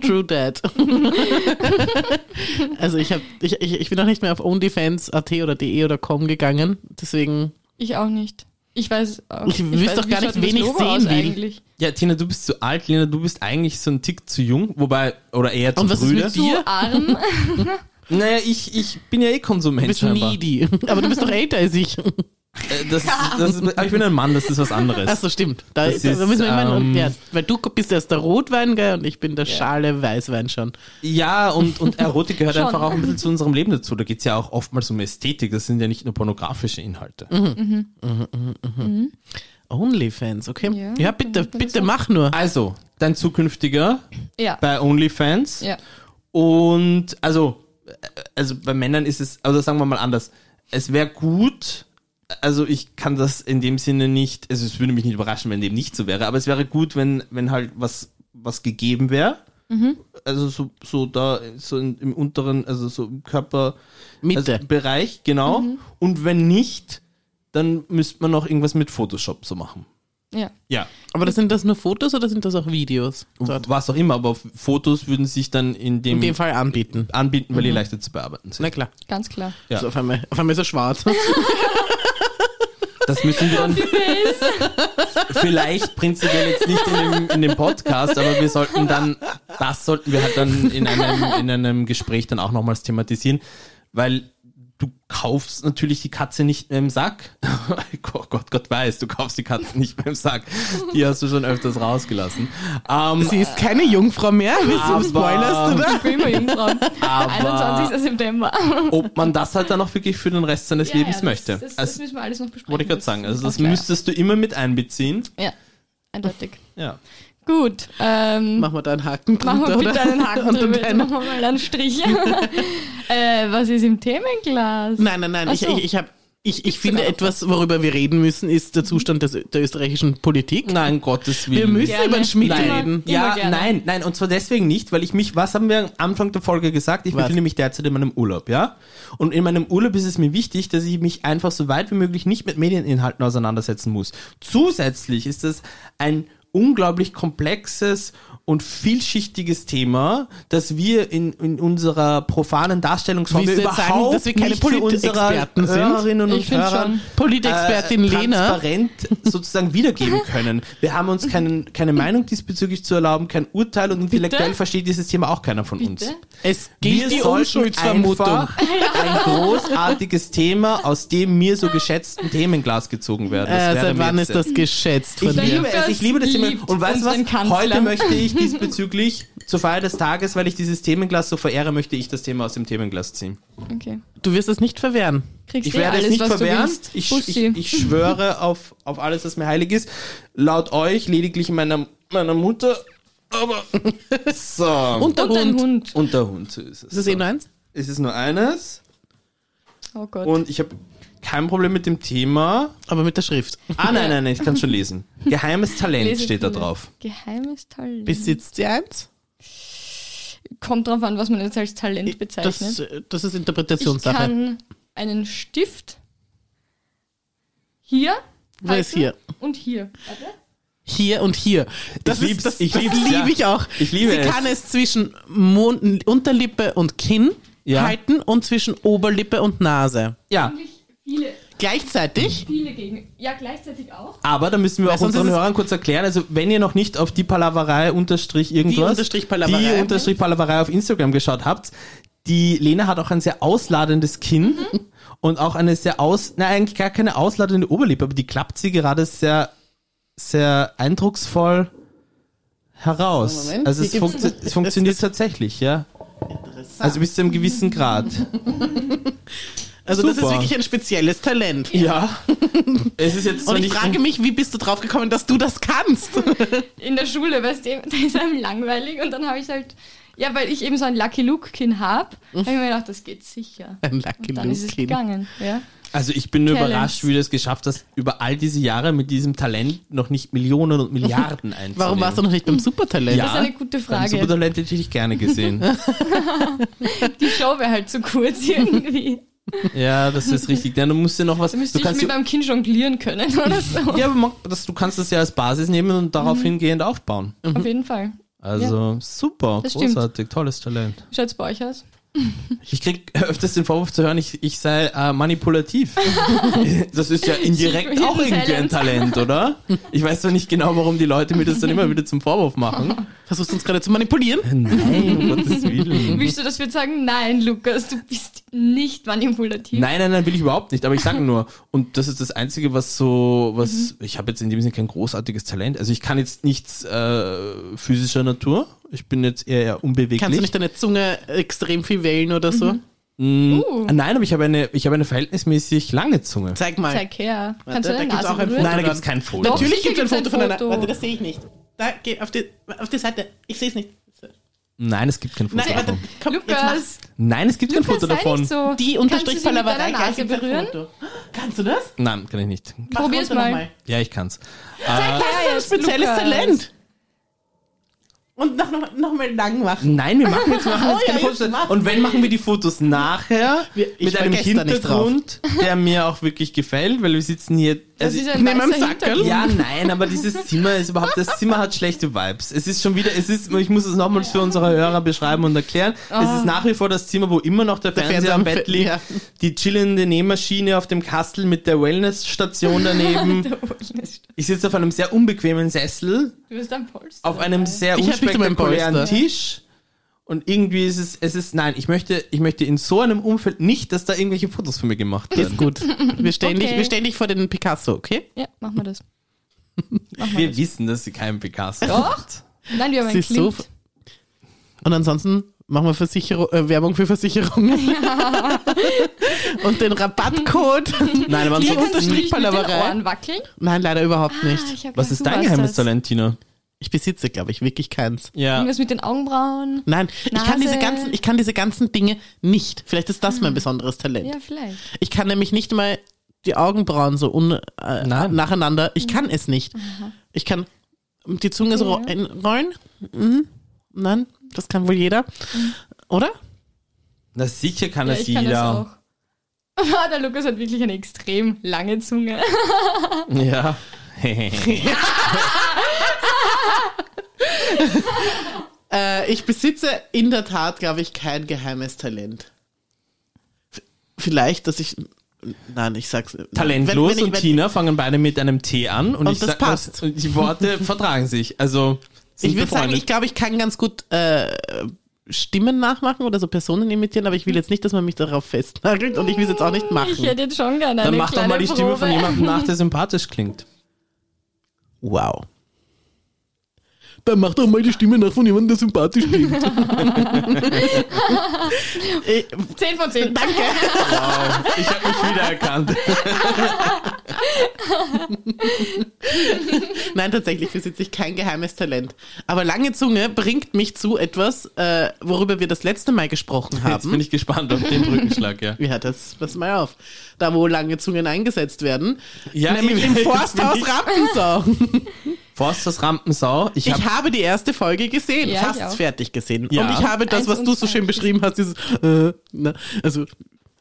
A: True that. also ich, hab, ich, ich, ich bin noch nicht mehr auf OnlyFans.at oder de oder com gegangen. Deswegen,
B: Ich auch nicht. Ich weiß auch
A: Ich wüsste
B: weiß,
A: doch
B: wie
A: gar
B: schaut
A: nicht, wen
B: das
A: ich
B: Logo
A: sehen
B: aus
A: will.
B: Eigentlich.
C: Ja, Tina, du bist zu alt, Lena, du bist eigentlich so ein Tick zu jung, wobei, oder eher zu
A: Und was ist
C: brüde.
A: mit
B: Du
A: Dir?
B: arm.
C: naja, ich, ich bin ja eh Konsument
A: du bist
C: scheinbar.
A: needy. Aber du bist doch älter als ich.
C: Äh, Das, das ist, aber ich bin ein Mann, das ist was anderes.
A: Achso, stimmt. Da,
C: Das
A: da
C: ist,
A: müssen wir immer, und
C: ähm,
A: der, weil du bist erst der Rotwein, gell, und ich bin der schale Weißwein schon.
C: Ja, und, und Erotik gehört
B: Schon.
C: einfach auch ein bisschen zu unserem Leben dazu. Da geht's ja auch oftmals um Ästhetik. Das sind ja nicht nur pornografische Inhalte.
A: Onlyfans, okay. Ja,
B: Ja,
A: bitte, bitte mach nur.
C: Also, dein zukünftiger
B: Ja.
C: bei OnlyFans.
B: ja.
C: Und also, äh, also bei Männern ist es, also sagen wir mal anders. Es wäre gut, also ich kann das in dem Sinne nicht, also es würde mich nicht überraschen, wenn dem nicht so wäre, aber es wäre gut, wenn, wenn halt was, was gegeben wäre.
A: Mhm.
C: Also so, so da, so in, im unteren, also so im Körper.
A: Mitte. Mhm.
C: Also Bereich, genau. Und wenn nicht, dann müsste man noch irgendwas mit Photoshop so machen.
B: Ja.
C: Ja.
A: aber das sind das nur Fotos oder sind das auch Videos? Dort?
C: Um Was auch immer, aber Fotos würden sich dann in dem,
A: In dem Fall Mhm. anbieten.
C: anbieten, weil die leichter zu bearbeiten sind.
A: Na klar.
B: Ganz klar.
C: Ja.
A: So, auf, einmal, auf einmal ist er schwarz.
C: Das müssen wir dann vielleicht prinzipiell jetzt nicht in dem, in dem Podcast, aber wir sollten dann, das sollten wir halt dann in einem, in einem Gespräch dann auch nochmals thematisieren, weil du kaufst natürlich die Katze nicht mehr im Sack. Oh Gott, Gott weiß, du kaufst die Katze nicht mehr im Sack. Die hast du schon öfters rausgelassen. Ähm,
A: Sie ist keine Jungfrau mehr. Wieso
C: Aber-
A: spoilerst du da?
B: Ich bin immer Jungfrau.
C: aber
B: 21. September.
C: ob man das halt dann auch wirklich für den Rest seines Lebens
B: das,
C: möchte.
B: Das, das
C: also,
B: müssen wir alles noch besprechen.
C: wollte ich gerade sagen,
B: ist
C: also
B: auch
C: das
B: klar.
C: müsstest du immer mit einbeziehen.
B: Ja, eindeutig.
C: Ja.
B: Gut. Ähm,
A: Machen wir da einen Haken drunter,
B: Machen wir bitte
A: oder?
B: einen Haken
A: Und dann
B: drüber, jetzt
A: deine-
B: machen wir mal einen Strich. äh, was ist im Themenglas?
A: Nein, nein, nein.
B: Ach
A: Ich,
B: so.
A: ich, ich, hab, ich, ich
B: sogar
A: finde,
B: noch
A: etwas, worüber wir reden müssen, ist der Zustand des, der österreichischen Politik.
C: Nein, Gottes Willen.
A: Wir müssen
B: Gerne.
A: über den Schmidt
C: Nein.
A: reden.
B: Immer
C: Ja,
B: gerne.
C: nein, nein. Und zwar deswegen nicht, weil ich mich, was haben wir am Anfang der Folge gesagt? Ich
A: Was?
C: befinde mich derzeit in meinem Urlaub, ja? Und in meinem Urlaub ist es mir wichtig, dass ich mich einfach so weit wie möglich nicht mit Medieninhalten auseinandersetzen muss. Zusätzlich ist es ein unglaublich komplexes und vielschichtiges Thema, das wir in, in unserer profanen Darstellungsform
A: Willst du jetzt sagen, dass wir keine
C: nicht für
A: Politexperten sind?
C: Hörerinnen und
B: Ich find's
C: Hörer
B: schon.
A: Politexpertin
C: äh,
A: Lena.
C: transparent sozusagen wiedergeben können. Wir haben uns keinen, keine Meinung diesbezüglich zu erlauben, kein Urteil und intellektuell versteht dieses Thema auch keiner von uns.
B: Bitte?
A: Es gilt
C: Wir
A: die
C: sollten
A: Unschuldsvermutung.
C: einfach ein großartiges Thema aus dem mir so geschätzten Themenglas gezogen werden.
A: Äh,
C: wäre
A: seit
C: mir
A: wann
C: jetzt-
A: ist das geschätzt von
C: ich
A: dir?
C: liebe es, ich liebe das Thema.
B: liebt
C: Und weißt du was?
B: unseren Kanzler.
C: Heute möchte ich diesbezüglich zur Feier des Tages, weil ich dieses Themenglas so verehre, möchte ich das Thema aus dem Themenglas ziehen.
B: Okay.
A: Du wirst es nicht verwehren.
B: Kriegst
C: Ich
B: eh
C: werde
B: alles,
C: es nicht
B: was
C: verwehren.
B: du willst.
C: Ich, ich,
B: Bussi.
C: ich schwöre auf, auf alles, was mir heilig ist. Laut euch lediglich meiner, meiner Mutter. Aber so. Und,
A: Und der
B: Und dein
A: Hund.
B: Hund.
C: der Hund so ist es.
A: Ist es eh nur eins?
C: Es ist nur eines.
B: Oh Gott.
C: Und ich habe kein Problem mit dem Thema.
A: Aber mit der Schrift.
C: Ah, nein, nein, nein, ich kann schon lesen. Geheimes Talent
B: Lese
C: steht da
B: viele.
C: drauf.
B: Geheimes Talent.
A: Besitzt sie eins?
B: Kommt drauf an, was man jetzt als Talent bezeichnet.
A: Das, äh, das ist
B: ich
A: Interpretationssache.
B: kann einen Stift hier.
A: Wo ist
B: halten
A: hier?
B: Und hier.
A: Hier und hier. Das,
C: lieb's,
A: ist, das,
C: ich
A: das
C: lieb's,
A: liebe
C: ja.
A: ich auch.
C: Ich liebe
A: Sie
C: es.
A: kann es zwischen Mund, Unterlippe und Kinn
C: Ja.
A: halten und zwischen Oberlippe und Nase.
C: Ja,
B: Eigentlich viele,
A: Gleichzeitig?
B: viele gegen. Ja, gleichzeitig auch.
C: aber da müssen wir
A: Weil
C: auch
A: sonst
C: unseren
A: ist es-
C: Hörern kurz erklären, also wenn ihr noch nicht auf die Palaverei unterstrich irgendwas,
A: Die unterstrich Palaverei. ne?
C: die unterstrich Palaverei auf Instagram geschaut habt, die Lena hat auch ein sehr ausladendes Kinn
A: Mhm.
C: und auch eine sehr aus, nein, eigentlich gar keine ausladende Oberlippe, aber die klappt sie gerade sehr, sehr eindrucksvoll heraus.
A: Moment,
C: also es,
A: hier gibt's- Ah.
C: funktio es funktioniert tatsächlich, ja. Also bis zu einem gewissen Grad.
A: Also das ist
C: Super.
A: wirklich ein spezielles Talent.
C: ja. Es ist jetzt zwar
A: Und ich
C: nicht-
A: frage mich, wie bist du drauf gekommen, dass du das kannst?
B: In der Schule, weißt du, da ist einem langweilig und dann habe ich halt. Ja, weil ich eben so ein Lucky Luke-Kin habe, habe ich mir gedacht, das geht sicher.
A: Ein Lucky
B: Und dann ist es
A: Luke.
B: gegangen. Ja.
C: Also ich bin nur
B: Talents.
C: überrascht, wie du es geschafft hast, über all diese Jahre mit diesem Talent noch nicht Millionen und Milliarden einzunehmen.
A: Warum warst du noch nicht beim Supertalent?
C: Ja.
B: Das ist eine gute
C: Beim
B: Frage.
C: Supertalent hätte ich dich gerne gesehen.
B: Die Show wäre halt zu kurz irgendwie.
C: ja, das ist richtig. Denn du musst dir noch was.
B: Da müsste
C: Du
B: ich
C: kannst
B: mit
C: dir,
B: meinem Kind jonglieren können oder so.
C: ja, aber mag- das, du kannst das ja als Basis nehmen und
B: Mhm.
C: darauf hingehend aufbauen.
B: Auf jeden Fall.
C: Also super,
B: Das stimmt.
C: großartig, tolles Talent.
B: Wie schaut's bei euch aus?
C: Ich krieg öfters den Vorwurf zu hören, ich, ich sei äh, manipulativ. das ist ja indirekt auch irgendwie ein Talent, oder? Ich weiß zwar nicht genau, warum die Leute mir das dann immer wieder zum Vorwurf machen.
A: Versuchst du uns gerade zu manipulieren?
C: Nein, um Gottes Willen.
B: Willst du, dass wir sagen, nein, Lukas, du bist nicht manipulativ?
C: Nein, nein, nein, will ich überhaupt nicht. Aber ich sage nur, und das ist das Einzige, was so, was
B: Mhm.
C: ich habe jetzt in dem Sinne kein großartiges Talent. Also ich kann jetzt nichts äh, physischer Natur. Ich bin jetzt eher, eher unbeweglich.
A: Kannst du nicht deine Zunge extrem viel wählen oder so?
B: Uh,
C: Ah, Nein, aber ich habe eine, ich habe eine verhältnismäßig lange Zunge.
A: Zeig mal.
B: zeig her. Kannst du
A: da
B: deine
A: gibt's
B: Nase
A: auch ein Foto.
B: berühren?
C: Nein, da gibt es kein Foto.
B: Doch.
A: Natürlich gibt es ein
B: Sicher
A: Foto
B: gibt's
A: von
B: ein
A: einer.
B: Foto.
A: Warte, das sehe ich nicht. Da, geh auf die, auf die Seite. Ich sehe es nicht.
C: Nein, es gibt kein Foto
A: Nein, warte,
C: davon.
A: komm, jetzt mach's.
B: Lukas,
C: Nein, es gibt kein
B: Lukas,
C: Foto
B: sei
C: davon.
B: nicht so.
A: Die unterstrich Palaverei
B: Kannst du
A: gleich
B: sie mit deiner Nase
A: berühren.
B: berühren?
A: Kannst du das?
C: Nein, kann ich nicht.
A: Mach
B: Probier's
A: runter
B: mal.
A: nochmal.
C: Ja, ich kann's.
B: Zeig
A: Das ist
B: her
A: ein
B: jetzt,
A: spezielles
B: Lukas. Also
A: Talent. Und noch, noch, noch mal lang machen.
C: Nein, wir machen jetzt, machen jetzt
A: Oh ja,
C: keine
A: jetzt
C: Fotos.
A: mach.
C: Und wenn machen wir die Fotos nachher
A: Wir- ich
C: mit
A: war
C: einem
A: gestern nicht drauf.
C: Hintergrund, der mir auch wirklich gefällt, weil wir sitzen hier.
B: Das
C: also-
B: ist ein
A: nehmen wir
B: weißer
A: einen Sackerl?
B: Hintergrund.
C: Ja, nein, aber dieses Zimmer ist überhaupt, das Zimmer hat schlechte Vibes. Es ist schon wieder, es ist, ich muss es nochmals für unsere Hörer beschreiben und erklären. Es ist nach wie vor das Zimmer, wo immer noch der, Fernseher
A: Fernseher
C: am
A: am
C: Bett
A: Fe-
C: liegt,
A: ja.
C: die chillende Nähmaschine auf dem Kastel mit der Wellnessstation daneben.
B: Der Wellness-
C: Ich sitze auf einem sehr unbequemen Sessel,
B: Du bist ein Polster.
C: auf einem sehr
A: Ich hab nicht einmal einen
C: unspektakulären
A: Polster.
C: Tisch. Und irgendwie ist es, es ist, nein, ich möchte, ich möchte in so einem Umfeld nicht, dass da irgendwelche Fotos von mir gemacht werden.
A: Ist gut. Wir stellen, dich,
B: Okay.
A: wir stellen dich vor den Picasso, okay?
B: Ja, machen wir das.
C: Wir wissen, dass sie keinen Picasso
B: Doch. Nein, wir haben einen
A: Siehst du?
B: Klimt.
A: Und ansonsten machen wir Versicherung, äh, Werbung für Versicherungen. Und den Rabattcode.
C: Nein, aber
B: also
A: Die
C: ansonsten,
A: Unterstrich-
B: Nicht mit den
A: Palaverei.
B: Ohren wackeln.
A: Nein, leider überhaupt nicht.
B: Ah, ich Ah, hab
C: was
B: gedacht,
C: ist
B: du
C: dein
B: warst
C: geheimes
B: das.
C: Talent, Tina?
A: Ich besitze, glaube ich, wirklich keins.
C: Ja.
B: Irgendwas mit den Augenbrauen.
A: Nein, ich kann, diese
B: Nase. Ah.
A: ganzen, ich kann diese ganzen Dinge nicht. Vielleicht ist das mein besonderes Talent.
B: Ja, vielleicht.
A: Ich kann nämlich nicht mal die Augenbrauen so un, äh,
C: Nein.
A: nacheinander.
B: Mhm.
A: Ich kann es nicht. Ich kann die Zunge so ro-
B: Ja.
A: rollen. Mhm. Nein, das kann wohl jeder.
B: Mhm.
A: Oder?
C: Na sicher kann
B: Ja,
C: das
B: ich
C: jeder.
B: kann das auch. Ah, der Lukas hat wirklich eine extrem lange Zunge.
C: Ja.
A: Äh, ich besitze in der Tat, glaube ich, kein geheimes Talent. V- Vielleicht, dass ich. Nein, ich sag's.
C: Talentlos
A: Wenn- wenn ich-
C: und
A: wenn-
C: Tina fangen beide mit einem T an und,
A: Und
C: ich
A: das
C: sag,
A: passt.
C: und die Worte vertragen sich. Also sind
A: Ich würde sagen, ich
C: befreundet.
A: glaube, ich kann ganz gut äh, Stimmen nachmachen oder so Personen imitieren, aber ich will jetzt nicht, dass man mich darauf festnagelt und ich will es jetzt auch nicht
B: Ich
A: machen.
B: hätte jetzt schon gerne eine
C: dann mach doch
B: kleine
C: mal die Stimme
B: Probe.
C: von jemandem nach, der sympathisch klingt.
A: Wow. Dann mach doch mal die Stimme nach von jemandem, der sympathisch klingt. Äh,
B: 10 von 10.
A: Danke.
C: Wow, ich habe mich wiedererkannt.
A: Nein, tatsächlich besitze ich kein geheimes Talent. Aber lange Zunge bringt mich zu etwas, äh, worüber wir das letzte Mal gesprochen
C: Jetzt bin
A: haben.
C: ich gespannt auf den Brückenschlag, ja.
A: Ja, das pass mal auf. Da, wo lange Zungen eingesetzt werden.
C: Ja,
A: nämlich im
C: eben, jetzt
A: Forsthaus
C: bin ich-
A: Rampensau.
C: Forsters Rampensau. Ich
A: Ich
C: habe
A: habe die erste Folge gesehen,
B: Ja, ich
A: fast
B: auch.
A: fertig gesehen.
C: Ja.
A: Und ich habe das,
B: Eins
A: was
B: und
A: du so
B: zwei.
A: schön beschrieben hast, dieses, äh, na, also.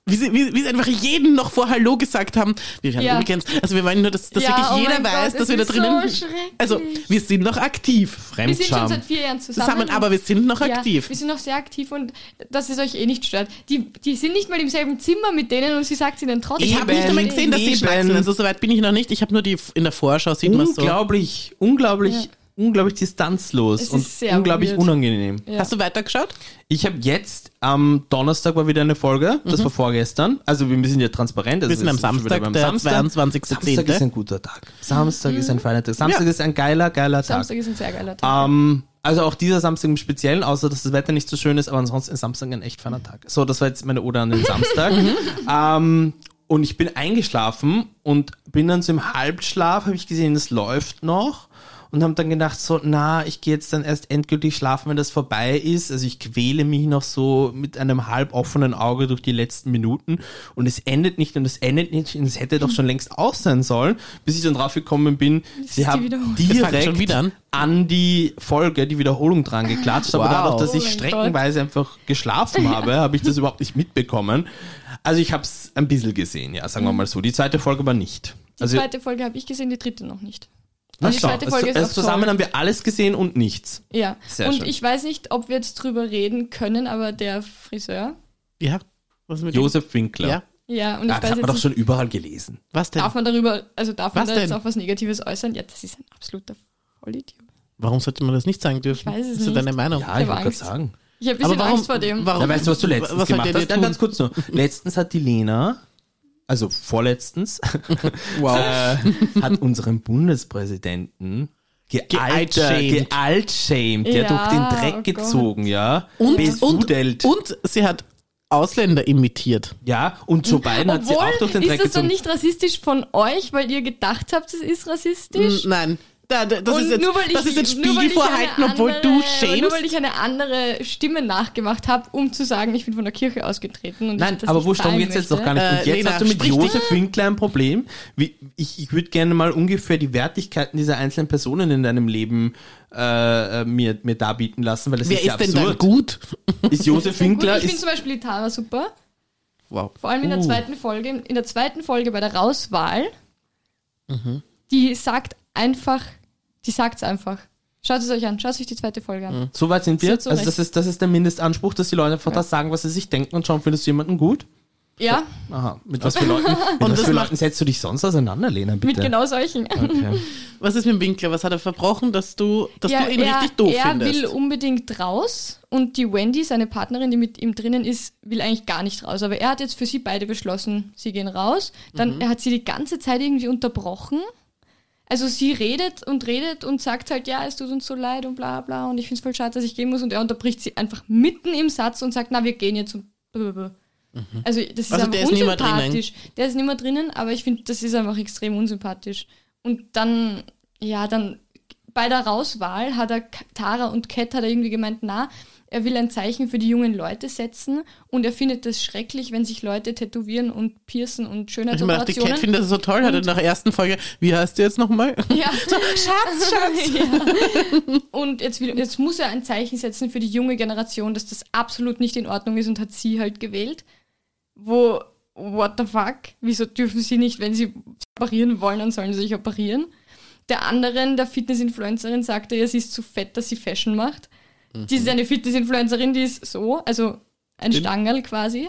A: Wie sie, wie, wie sie einfach jeden noch vor Hallo gesagt haben. Wir werden
B: Ja.
A: übrigens, also wir wollen nur, dass, dass
B: Ja,
A: wirklich
B: oh
A: jeder
B: mein
A: weiß,
B: Gott,
A: dass
B: es
A: wir da
B: ist
A: drinnen.
B: so schrecklich.
A: also wir sind noch aktiv
B: Wir sind schon seit
C: Fremdscham.
B: vier Jahren zusammen.
A: zusammen, aber wir sind noch
B: ja,
A: aktiv.
B: Wir sind noch sehr aktiv und dass es euch eh nicht stört. Die, die sind nicht mal im selben Zimmer mit denen und sie sagt ihnen trotzdem.
A: Ich habe nicht
C: Eben,
A: einmal gesehen, dass sie
C: eben.
A: schnacksen. Also soweit bin ich noch nicht. Ich habe nur die in der Vorschau sieht man so.
C: Unglaublich, unglaublich,
B: Ja.
C: unglaublich distanzlos
B: Es
C: und
B: ist sehr
C: unglaublich
B: weird.
C: unangenehm.
B: Ja.
A: Hast du weitergeschaut?
C: Ich habe jetzt am Donnerstag war wieder eine Folge, das war vorgestern. Also Mhm. wir sind ja transparent. Also
A: Wir sind
C: es
A: am
C: ist schon wieder
A: Samstag,
C: beim
A: der
C: Samstag.
A: 22.10..
C: Samstag ist ein guter Tag. Samstag ist ein feiner Tag. Samstag
A: Ja.
C: ist ein geiler, geiler
B: Mhm. Samstag ist ein sehr geiler Tag.
C: Tag. Ähm, also auch dieser Samstag im Speziellen, außer dass das Wetter nicht so schön ist, aber ansonsten ist Samstag ein echt feiner Tag. So, das war jetzt meine Oder an den Samstag.
B: Mhm.
C: ähm, und ich bin eingeschlafen und bin dann so im Halbschlaf, habe ich gesehen, das läuft noch. Und habe dann gedacht, so, na, ich gehe jetzt dann erst endgültig schlafen, wenn das vorbei ist. Also ich quäle mich noch so mit einem halb offenen Auge durch die letzten Minuten. Und es endet nicht und es endet nicht. Und es hätte doch schon längst aus sein sollen, bis ich dann draufgekommen bin.
B: ist
C: Sie
B: die
C: haben
B: Wiederholung.
A: Jetzt fangt's
C: direkt
A: schon wieder an.
C: an die Folge, die Wiederholung dran geklatscht, aber
A: Wow.
C: dadurch, dass
B: Oh
C: ich
B: mein
C: streckenweise einfach geschlafen habe, habe ich das überhaupt nicht mitbekommen. Also ich habe es ein bisschen gesehen, ja, sagen wir mal so. Die zweite Folge war nicht.
B: die
C: also,
B: zweite Folge habe ich gesehen, die dritte noch nicht.
C: na
B: und die
C: schau,
B: zweite
C: es-
B: Folge ist
C: es
B: auch
C: zusammen
B: toll.
C: haben wir alles gesehen und nichts.
B: Ja.
C: Sehr
B: und
C: schön.
B: ich weiß nicht, ob wir jetzt drüber reden können, aber der Friseur.
A: Ja. Was mit
C: Josef Winkler.
A: Dem? Ja.
B: Ja, und ich weiß
C: Ah, das hat man
B: jetzt
C: doch
B: nicht,
C: schon überall gelesen.
A: Was denn?
B: darf man darüber, also darf
A: Was
B: man da jetzt
A: denn?
B: auch was Negatives äußern? Ja, das ist ein absoluter Vollidiot.
A: Warum sollte man das nicht sagen dürfen?
B: Ich weiß es
A: ist ja
B: nicht.
A: deine Meinung.
C: Ja, ich
B: hab
C: wollte gerade
B: Angst.
C: sagen.
B: Ich habe ein bisschen
A: warum-
B: Angst vor dem.
A: warum-
C: Na, weißt du, was du letztens
A: was hat
C: gemacht
A: der dir
C: hast? Nein,
A: tun?
C: ganz kurz nur. Letztens hat die Lena, also vorletztens, äh, hat unseren Bundespräsidenten gealtert,
A: Gealtschämt.
C: gealtschämt, ja,
B: Ja,
C: durch den Dreck
B: oh Gott.
C: gezogen, ja.
A: Und, und,
C: besudelt.
A: und sie hat Ausländer imitiert.
C: ja, und Joe Biden hat sie
B: Obwohl,
C: auch durch den Dreck
B: ist das dann
C: gezogen.
B: nicht rassistisch von euch, weil ihr gedacht habt, es ist rassistisch?
A: Hm, Nein. Da, da, das,
B: Und
A: ist jetzt,
B: nur weil
A: das
B: ich,
A: ist jetzt
B: nur weil
A: Spiegel
B: ich eine
A: vorhalten, obwohl du
B: andere- Nur
A: schämst.
B: weil ich eine andere Stimme nachgemacht habe, um zu sagen, ich bin von der Kirche ausgetreten. Und
C: Nein,
B: dass
C: aber
B: ich
C: wo darum
B: zahlen
C: geht es jetzt
B: möchte.
C: noch gar nicht.
A: Äh,
C: Und jetzt
A: Lena,
C: hast du mit
A: sprich
C: Josef Winkler ein Problem. Wie, ich ich würde gerne mal ungefähr die Wertigkeiten dieser einzelnen Personen in deinem Leben äh, äh, mir, mir darbieten lassen, weil das
A: Wer
C: ist ja
A: ist denn
C: absurd.
A: dann gut?
C: Ist Josef Winkler
B: Gut, ich bin
C: ist
B: zum Beispiel die Tara super.
A: Wow.
B: Vor allem in der
C: Uh.
B: zweiten Folge. In der zweiten Folge bei der Rauswahl. Die sagt einfach, die sagt es einfach. Schaut es euch an, schaut euch die zweite Folge an.
C: So weit sind wir.
B: So, so
C: also
B: recht.
C: das ist, das ist der Mindestanspruch, dass die Leute einfach das sagen, was sie sich denken und schauen, findest du jemanden gut?
B: Ja,
C: Aha, mit was für Leuten, mit
A: Und
C: was
A: das
C: für
A: macht-
C: Leuten setzt du dich sonst auseinander, Lena, bitte?
B: mit genau solchen.
C: Okay.
A: Was ist mit dem Winkler? Was hat er verbrochen, dass du, dass
B: Ja,
A: du ihn
B: er,
A: richtig doof
B: er
A: findest?
B: will unbedingt raus und die Wendy, seine Partnerin, die mit ihm drinnen ist, will eigentlich gar nicht raus. Aber er hat jetzt für sie beide beschlossen, sie gehen raus. Dann
A: Mhm.
B: er hat sie die ganze Zeit irgendwie unterbrochen. Also sie redet und redet und sagt halt, ja, es tut uns so leid und bla bla und ich finde es voll schade, dass ich gehen muss. Und er unterbricht sie einfach mitten im Satz und sagt, na, wir gehen jetzt und blablabla. Also das ist
A: Also
B: einfach
A: der ist nicht mehr drinnen.
B: unsympathisch. Der ist nicht mehr drinnen, aber ich finde, das ist einfach extrem unsympathisch. Und dann, ja, dann bei der Rauswahl hat er K- Tara und Cat hat er irgendwie gemeint, na, er will ein Zeichen für die jungen Leute setzen und er findet es schrecklich, wenn sich Leute tätowieren und piercen und
A: Ich meine, die Cat
B: Schönheitsoperationen.
A: findet das so toll, hat in der ersten Folge, wie heißt du jetzt nochmal?
B: Ja. Schatz, Schatz. ja. Und jetzt, will, jetzt muss er ein Zeichen setzen für die junge Generation, dass das absolut nicht in Ordnung ist und hat sie halt gewählt. Wo, what the fuck? Wieso dürfen sie nicht, wenn sie operieren wollen, dann sollen sie sich operieren? Der anderen, der Fitness-Influencerin, sagte ja, sie ist zu fett, dass sie Fashion macht. Die ist eine Fitness-Influencerin, die ist so, also ein
C: Den-
B: Stangerl quasi.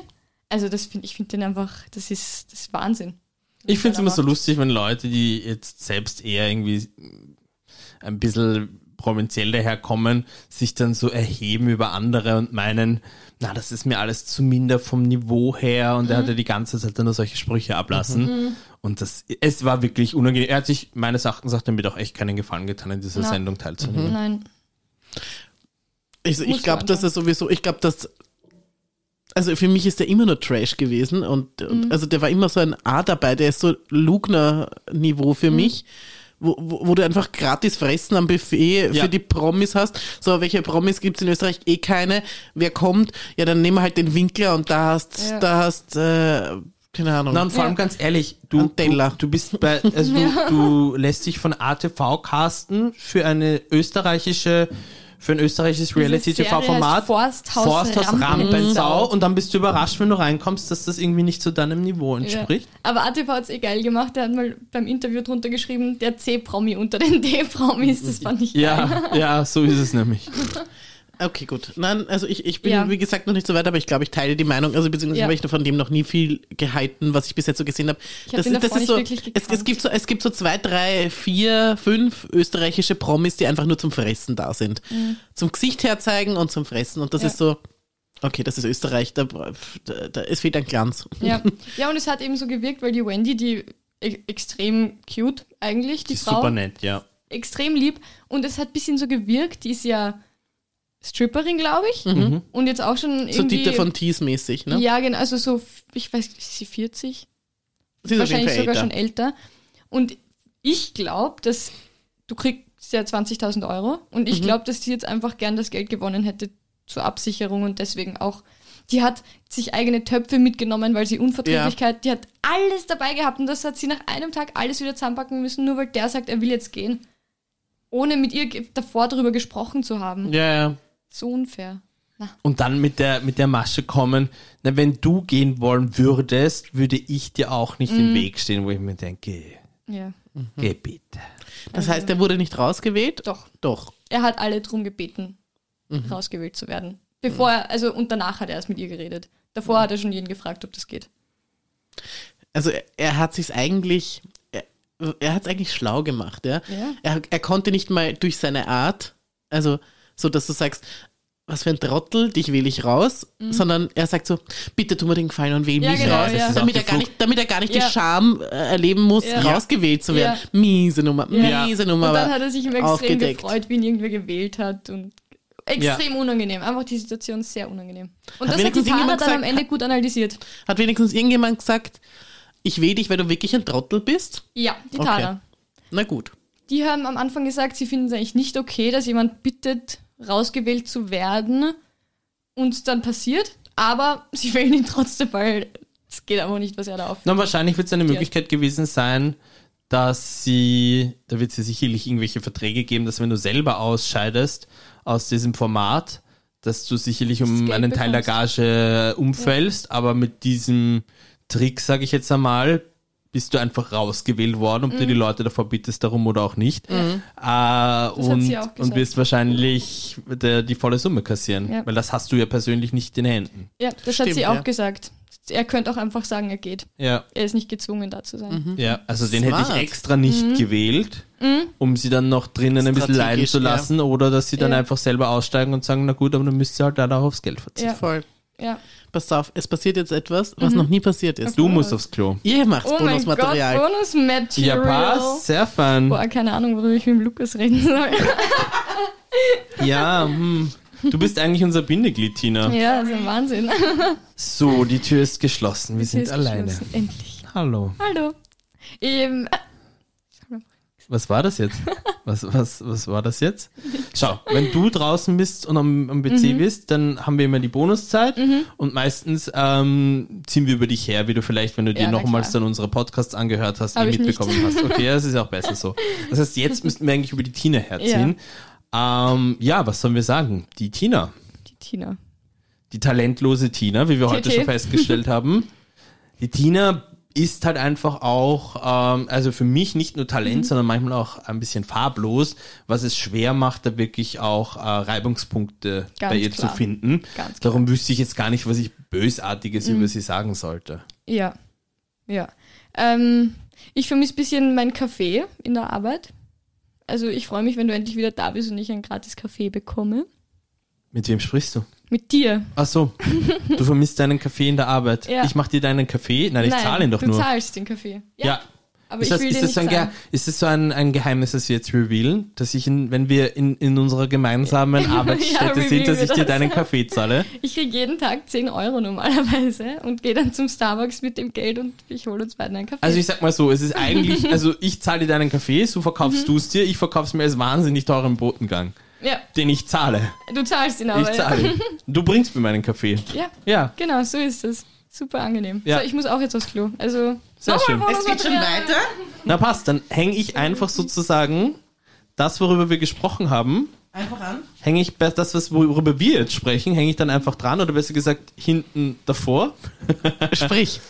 B: Also das finde ich finde den einfach, das ist, das ist Wahnsinn.
C: Ich finde es
B: Keiner
C: immer so
B: macht.
C: lustig, wenn Leute, die jetzt selbst eher irgendwie ein bisschen provinziell daherkommen, sich dann so erheben über andere und meinen, na, das ist mir alles zu minder vom Niveau her und
B: Mhm.
C: er hat ja die ganze Zeit dann nur solche Sprüche ablassen. Und das, es war wirklich unangenehm. Er hat sich meines Erachtens auch damit auch echt keinen Gefallen getan, in dieser
B: Na.
C: Sendung teilzunehmen.
B: Nein.
A: Also Ich,
B: Muss
A: ich
B: so
A: glaube, dass er sowieso, ich glaube, dass, also für mich ist der immer nur Trash gewesen und, und
B: Mhm.
A: also der war immer so ein A dabei, der ist so Lugner-Niveau
B: Mhm.
A: für mich. Wo, wo, wo du einfach gratis Fressen am Buffet
C: Ja.
A: für die Promis hast. So, welche Promis gibt's in Österreich? Eh keine. Wer kommt? Ja, dann nehmen wir halt den Winkler und da hast,
B: Ja.
A: da hast, äh, keine Ahnung.
C: Na, und vor allem
B: Ja.
C: ganz ehrlich, du,
A: Und Della.
C: du, du bist bei, also du, du lässt dich von ATV casten für eine österreichische, für ein österreichisches Reality-TV-Format.
B: Serie heißt Forsthaus Rampensau.
C: Rampensau. Und dann bist du überrascht, wenn du reinkommst, dass das irgendwie nicht zu deinem Niveau entspricht.
B: Ja. Aber ATV hat es eh geil gemacht. Der hat mal beim Interview drunter geschrieben, der C-Promi unter den D-Promis. Das fand ich geil.
C: Ja, ja, so ist es nämlich.
A: Okay, gut. Nein, also ich, ich bin,
B: Ja.
A: wie gesagt, noch nicht so weit, aber ich glaube, ich teile die Meinung. Also beziehungsweise
B: Ja.
A: habe ich von dem noch nie viel gehalten, was ich bis jetzt so gesehen habe.
B: Ich hab ihn davor nicht
A: so,
B: wirklich gekannt.
A: es, es gibt so, es gibt so zwei, drei, vier, fünf österreichische Promis, die einfach nur zum Fressen da sind. Zum Gesicht herzeigen und zum Fressen. Und das
B: Mhm. Ja.
A: ist so, okay, das ist Österreich, da, da, da es fehlt ein Glanz.
B: Ja. ja, und es hat eben so gewirkt, weil die Wendy, die e- extrem cute eigentlich, die,
C: Die ist
B: Frau,
C: super nett, ja.
B: extrem lieb. Und es hat ein bisschen so gewirkt, die ist ja Stripperin, glaube ich. Und jetzt auch schon irgendwie...
A: So Dieter von Tees mäßig, ne?
B: Ja, genau, also so, ich weiß, ist sie 40?
A: Sie ist auf jeden
B: wahrscheinlich
A: Fall
B: sogar
A: älter.
B: schon älter. Und ich glaube, dass du kriegst ja 20.000 Euro und ich glaube, dass die jetzt einfach gern das Geld gewonnen hätte zur Absicherung und deswegen auch. Die hat sich eigene Töpfe mitgenommen, weil sie Unverträglichkeit, die hat alles dabei gehabt und das hat sie nach einem Tag alles wieder zusammenpacken müssen, nur weil der sagt, er will jetzt gehen. Ohne mit ihr ge- davor darüber gesprochen zu haben.
C: Ja, ja.
B: So unfair. Na,
C: Und dann mit der, mit der Masche kommen, na, wenn du gehen wollen würdest, würde ich dir auch nicht
B: Mhm.
C: im Weg stehen, wo ich mir denke,
B: ja.
C: geh bitte.
A: Das heißt, er wurde nicht rausgewählt?
B: Doch.
A: Doch.
B: er hat alle darum gebeten,
A: Mhm.
B: rausgewählt zu werden. Bevor er, also und danach hat er erst mit ihr geredet. Davor hat er schon jeden gefragt, ob das geht.
A: also er, er hat sich's eigentlich, er, er hat's eigentlich schlau gemacht, ja.
B: Ja.
A: Er, er konnte nicht mal durch seine Art, also so, dass du sagst, was für ein Trottel, dich wähle ich raus, sondern er sagt so, bitte tu mir den Gefallen und wähl
B: Mhm. Ja,
A: mich
B: genau,
A: raus,
B: ja. Das
C: ist
A: damit,
C: auch
A: er gar
C: geflucht.
A: nicht, damit er gar nicht
B: Ja.
A: die Scham äh, erleben muss,
B: Ja.
A: rausgewählt zu werden. Miese Nummer,
B: Ja.
A: miese Nummer.
B: und dann
A: aber
B: hat er sich ihm extrem
A: aufgedeckt.
B: gefreut, wie ihn irgendwer gewählt hat und extrem unangenehm. Einfach die Situation sehr unangenehm. Und
A: Hat
B: das hat die
A: wenigstens
B: Tara dann
A: irgendjemand
B: am
A: gesagt-
B: Ende gut analysiert.
A: Hat wenigstens irgendjemand gesagt, ich wähle dich, weil du wirklich ein Trottel bist?
B: Ja, die
A: Okay.
B: Tara.
A: Na gut.
B: Die haben am Anfang gesagt, sie finden es eigentlich nicht okay, dass jemand bittet, rausgewählt zu werden und es dann passiert. Aber sie wählen ihn trotzdem, weil es geht einfach nicht, was er da auf.
C: Na, wahrscheinlich wird es eine
B: Ja.
C: Möglichkeit gewesen sein, dass sie, da wird es ja sicherlich irgendwelche Verträge geben, dass wenn du selber ausscheidest aus diesem Format, dass du sicherlich
B: Das
C: um
B: Geld
C: einen Teil der
B: bekommst.
C: Gage äh, umfällst, aber mit diesem Trick, sage ich jetzt einmal, bist du einfach rausgewählt worden, ob du
B: Mhm.
C: die Leute davor bittest darum oder auch nicht. Äh, und,
B: sie auch gesagt.
C: und wirst wahrscheinlich der, die volle Summe kassieren,
B: Ja.
C: weil das hast du ja persönlich nicht in Händen.
B: Ja, das hat
A: Stimmt,
B: sie auch
A: ja.
B: gesagt. Er könnte auch einfach sagen, er geht.
C: Ja.
B: Er ist nicht gezwungen, da zu sein.
A: Mhm.
C: Ja, also den hätte ich
A: Smart.
C: extra nicht gewählt, um sie dann noch drinnen ein bisschen
A: Strategisch,
C: leiden zu
A: ja.
C: lassen oder dass sie dann
B: Ja.
C: einfach selber aussteigen und sagen, na gut, aber dann müsst ihr halt dann auch aufs Geld verzichten.
B: Ja.
A: Voll.
B: Ja.
A: Pass auf, es passiert jetzt etwas, was noch nie passiert ist.
C: Du musst aufs Klo.
A: Ihr macht
B: Oh mein Gott,
A: Bonusmaterial.
C: Ja,
B: Bonusmaterial.
C: passt, sehr fein.
B: Boah, keine Ahnung, worüber ich mit dem Lukas reden soll.
C: Ja, hm. du bist eigentlich unser Bindeglied, Tina.
B: ja, das ist ein Wahnsinn.
C: So, die Tür ist geschlossen, wir
B: Ist
C: sind alleine.
B: geschlossen. Endlich.
C: Hallo.
B: Hallo. Ähm, äh,
C: Was war das jetzt? Was, was, was war das jetzt? Schau, wenn du draußen bist und am, am PC
B: Mhm.
C: bist, dann haben wir immer die Bonuszeit und meistens ähm, ziehen wir über dich her, wie du vielleicht, wenn du dir
B: Ja, na
C: nochmals
B: klar.
C: dann unsere Podcasts angehört hast,
B: Hab
C: eh
B: ich nicht.
C: mitbekommen hast. Okay, das ist auch besser so. Das heißt, jetzt müssten wir eigentlich über die Tina herziehen. Ähm, ja, was sollen wir sagen? Die Tina,
B: Die Tina.
C: die talentlose Tina, wie wir heute
B: TT.
C: schon festgestellt haben. Die Tina ist halt einfach auch, ähm, also für mich nicht nur
B: Mhm.
C: Talent, sondern manchmal auch ein bisschen farblos, was es schwer macht, da wirklich auch äh, Reibungspunkte
B: Ganz
C: bei ihr
B: klar.
C: zu finden.
B: Ganz klar. Mhm.
C: Darum wüsste ich jetzt gar nicht, was ich Bösartiges über sie sagen sollte.
B: Ja. Ja. Ähm, ich vermisse ein bisschen meinen Kaffee in der Arbeit. Also ich freue mich, wenn du endlich wieder da bist und ich ein gratis Kaffee bekomme.
C: Mit wem sprichst du?
B: Mit dir.
C: Ach so, du vermisst deinen Kaffee in der Arbeit.
B: Ja.
C: Ich mach dir deinen Kaffee. Nein, ich
B: Nein,
C: zahle ihn doch
B: du
C: nur.
B: zahlst den Kaffee. Ja. Aber ich
C: ist das,
B: will
C: ist
B: dir
C: das
B: nicht
C: so ein, Ge-
B: sagen.
C: ist das so ein, ein Geheimnis, das wir jetzt revealen, dass ich, in, wenn wir in, in unserer gemeinsamen Arbeitsstätte
B: revealen
C: sind, dass
B: wir
C: ich dir
B: das.
C: deinen Kaffee zahle?
B: Ich kriege jeden Tag 10 Euro normalerweise und gehe dann zum Starbucks mit dem Geld und ich hole uns beiden einen Kaffee.
C: Also ich sag mal so, es ist eigentlich, also ich zahle dir deinen Kaffee, so verkaufst
B: Mhm.
C: du es dir, ich verkauf's mir als wahnsinnig teuren Botengang,
B: ja,
C: den ich zahle.
B: du zahlst ihn aber.
C: ich zahle. ihn. Du bringst mir meinen Kaffee.
B: Ja. ja,
C: Ja,
B: genau, so ist es. Super angenehm.
C: Ja.
B: So, ich muss auch jetzt aufs Klo. Also,
C: Sehr
B: nochmal
C: schön.
A: Es geht schon
B: Bonusmaterial.
A: weiter.
C: na passt, dann hänge ich einfach sozusagen das, worüber wir gesprochen haben,
A: Einfach an.
C: hänge ich be- das, was worüber wir jetzt sprechen, hänge ich dann einfach dran oder besser gesagt hinten davor.
A: Sprich,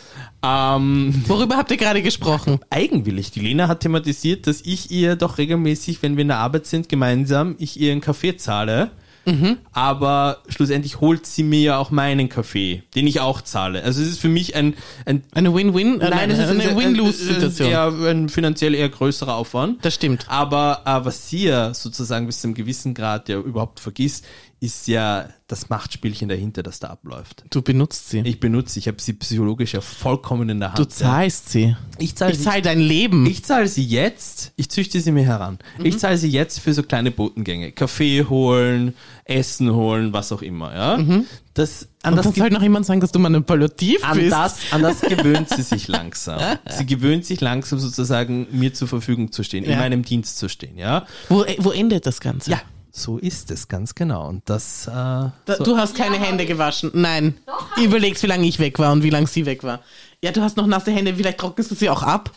C: Ähm,
A: worüber habt ihr gerade gesprochen?
C: eigenwillig. Die Lena hat thematisiert, dass ich ihr doch regelmäßig, wenn wir in der Arbeit sind, gemeinsam, ich ihr einen Kaffee zahle.
A: Mhm.
C: Aber schlussendlich holt sie mir ja auch meinen Kaffee, den ich auch zahle. Also es ist für mich ein, ein
A: Eine Win-Win? Äh,
C: es ist
A: eine
C: ein-
A: Win-Lose-Situation.
C: ein- eher ein finanziell eher größerer Aufwand.
A: Das stimmt.
C: Aber äh, was sie ja sozusagen bis zu einem gewissen Grad ja überhaupt vergisst, ist ja das Machtspielchen dahinter, das da abläuft.
A: Du benutzt sie.
C: Ich benutze, ich habe sie psychologisch ja vollkommen in der Hand.
A: du zahlst sie.
C: Ja. Also Ich zahle
A: Ich
C: sie,
A: zahl dein Leben.
C: ich zahl sie jetzt, ich züchte sie mir heran.
A: Mhm.
C: Ich zahle sie jetzt für so kleine Botengänge. Kaffee holen, Essen holen, was auch immer. Ja? Das, an,
A: Mhm. und
C: das
A: dann
C: ge
A: soll noch jemand sagen, dass du manipulativ
C: an,
A: bist.
C: das, an das gewöhnt sie sich langsam. Sie gewöhnt sich langsam sozusagen, mir zur Verfügung zu stehen, in
A: Ja.
C: meinem Dienst zu stehen. Ja?
A: Wo, äh, wo endet das Ganze?
C: Ja, so ist es ganz genau. Und das, äh,
A: Da,
C: so,
A: Du hast keine Hände gewaschen. Nein. Doch, Überlegst, wie lange ich weg war und wie lange sie weg war. Ja, du hast noch nasse Hände, vielleicht trocknest du sie auch ab.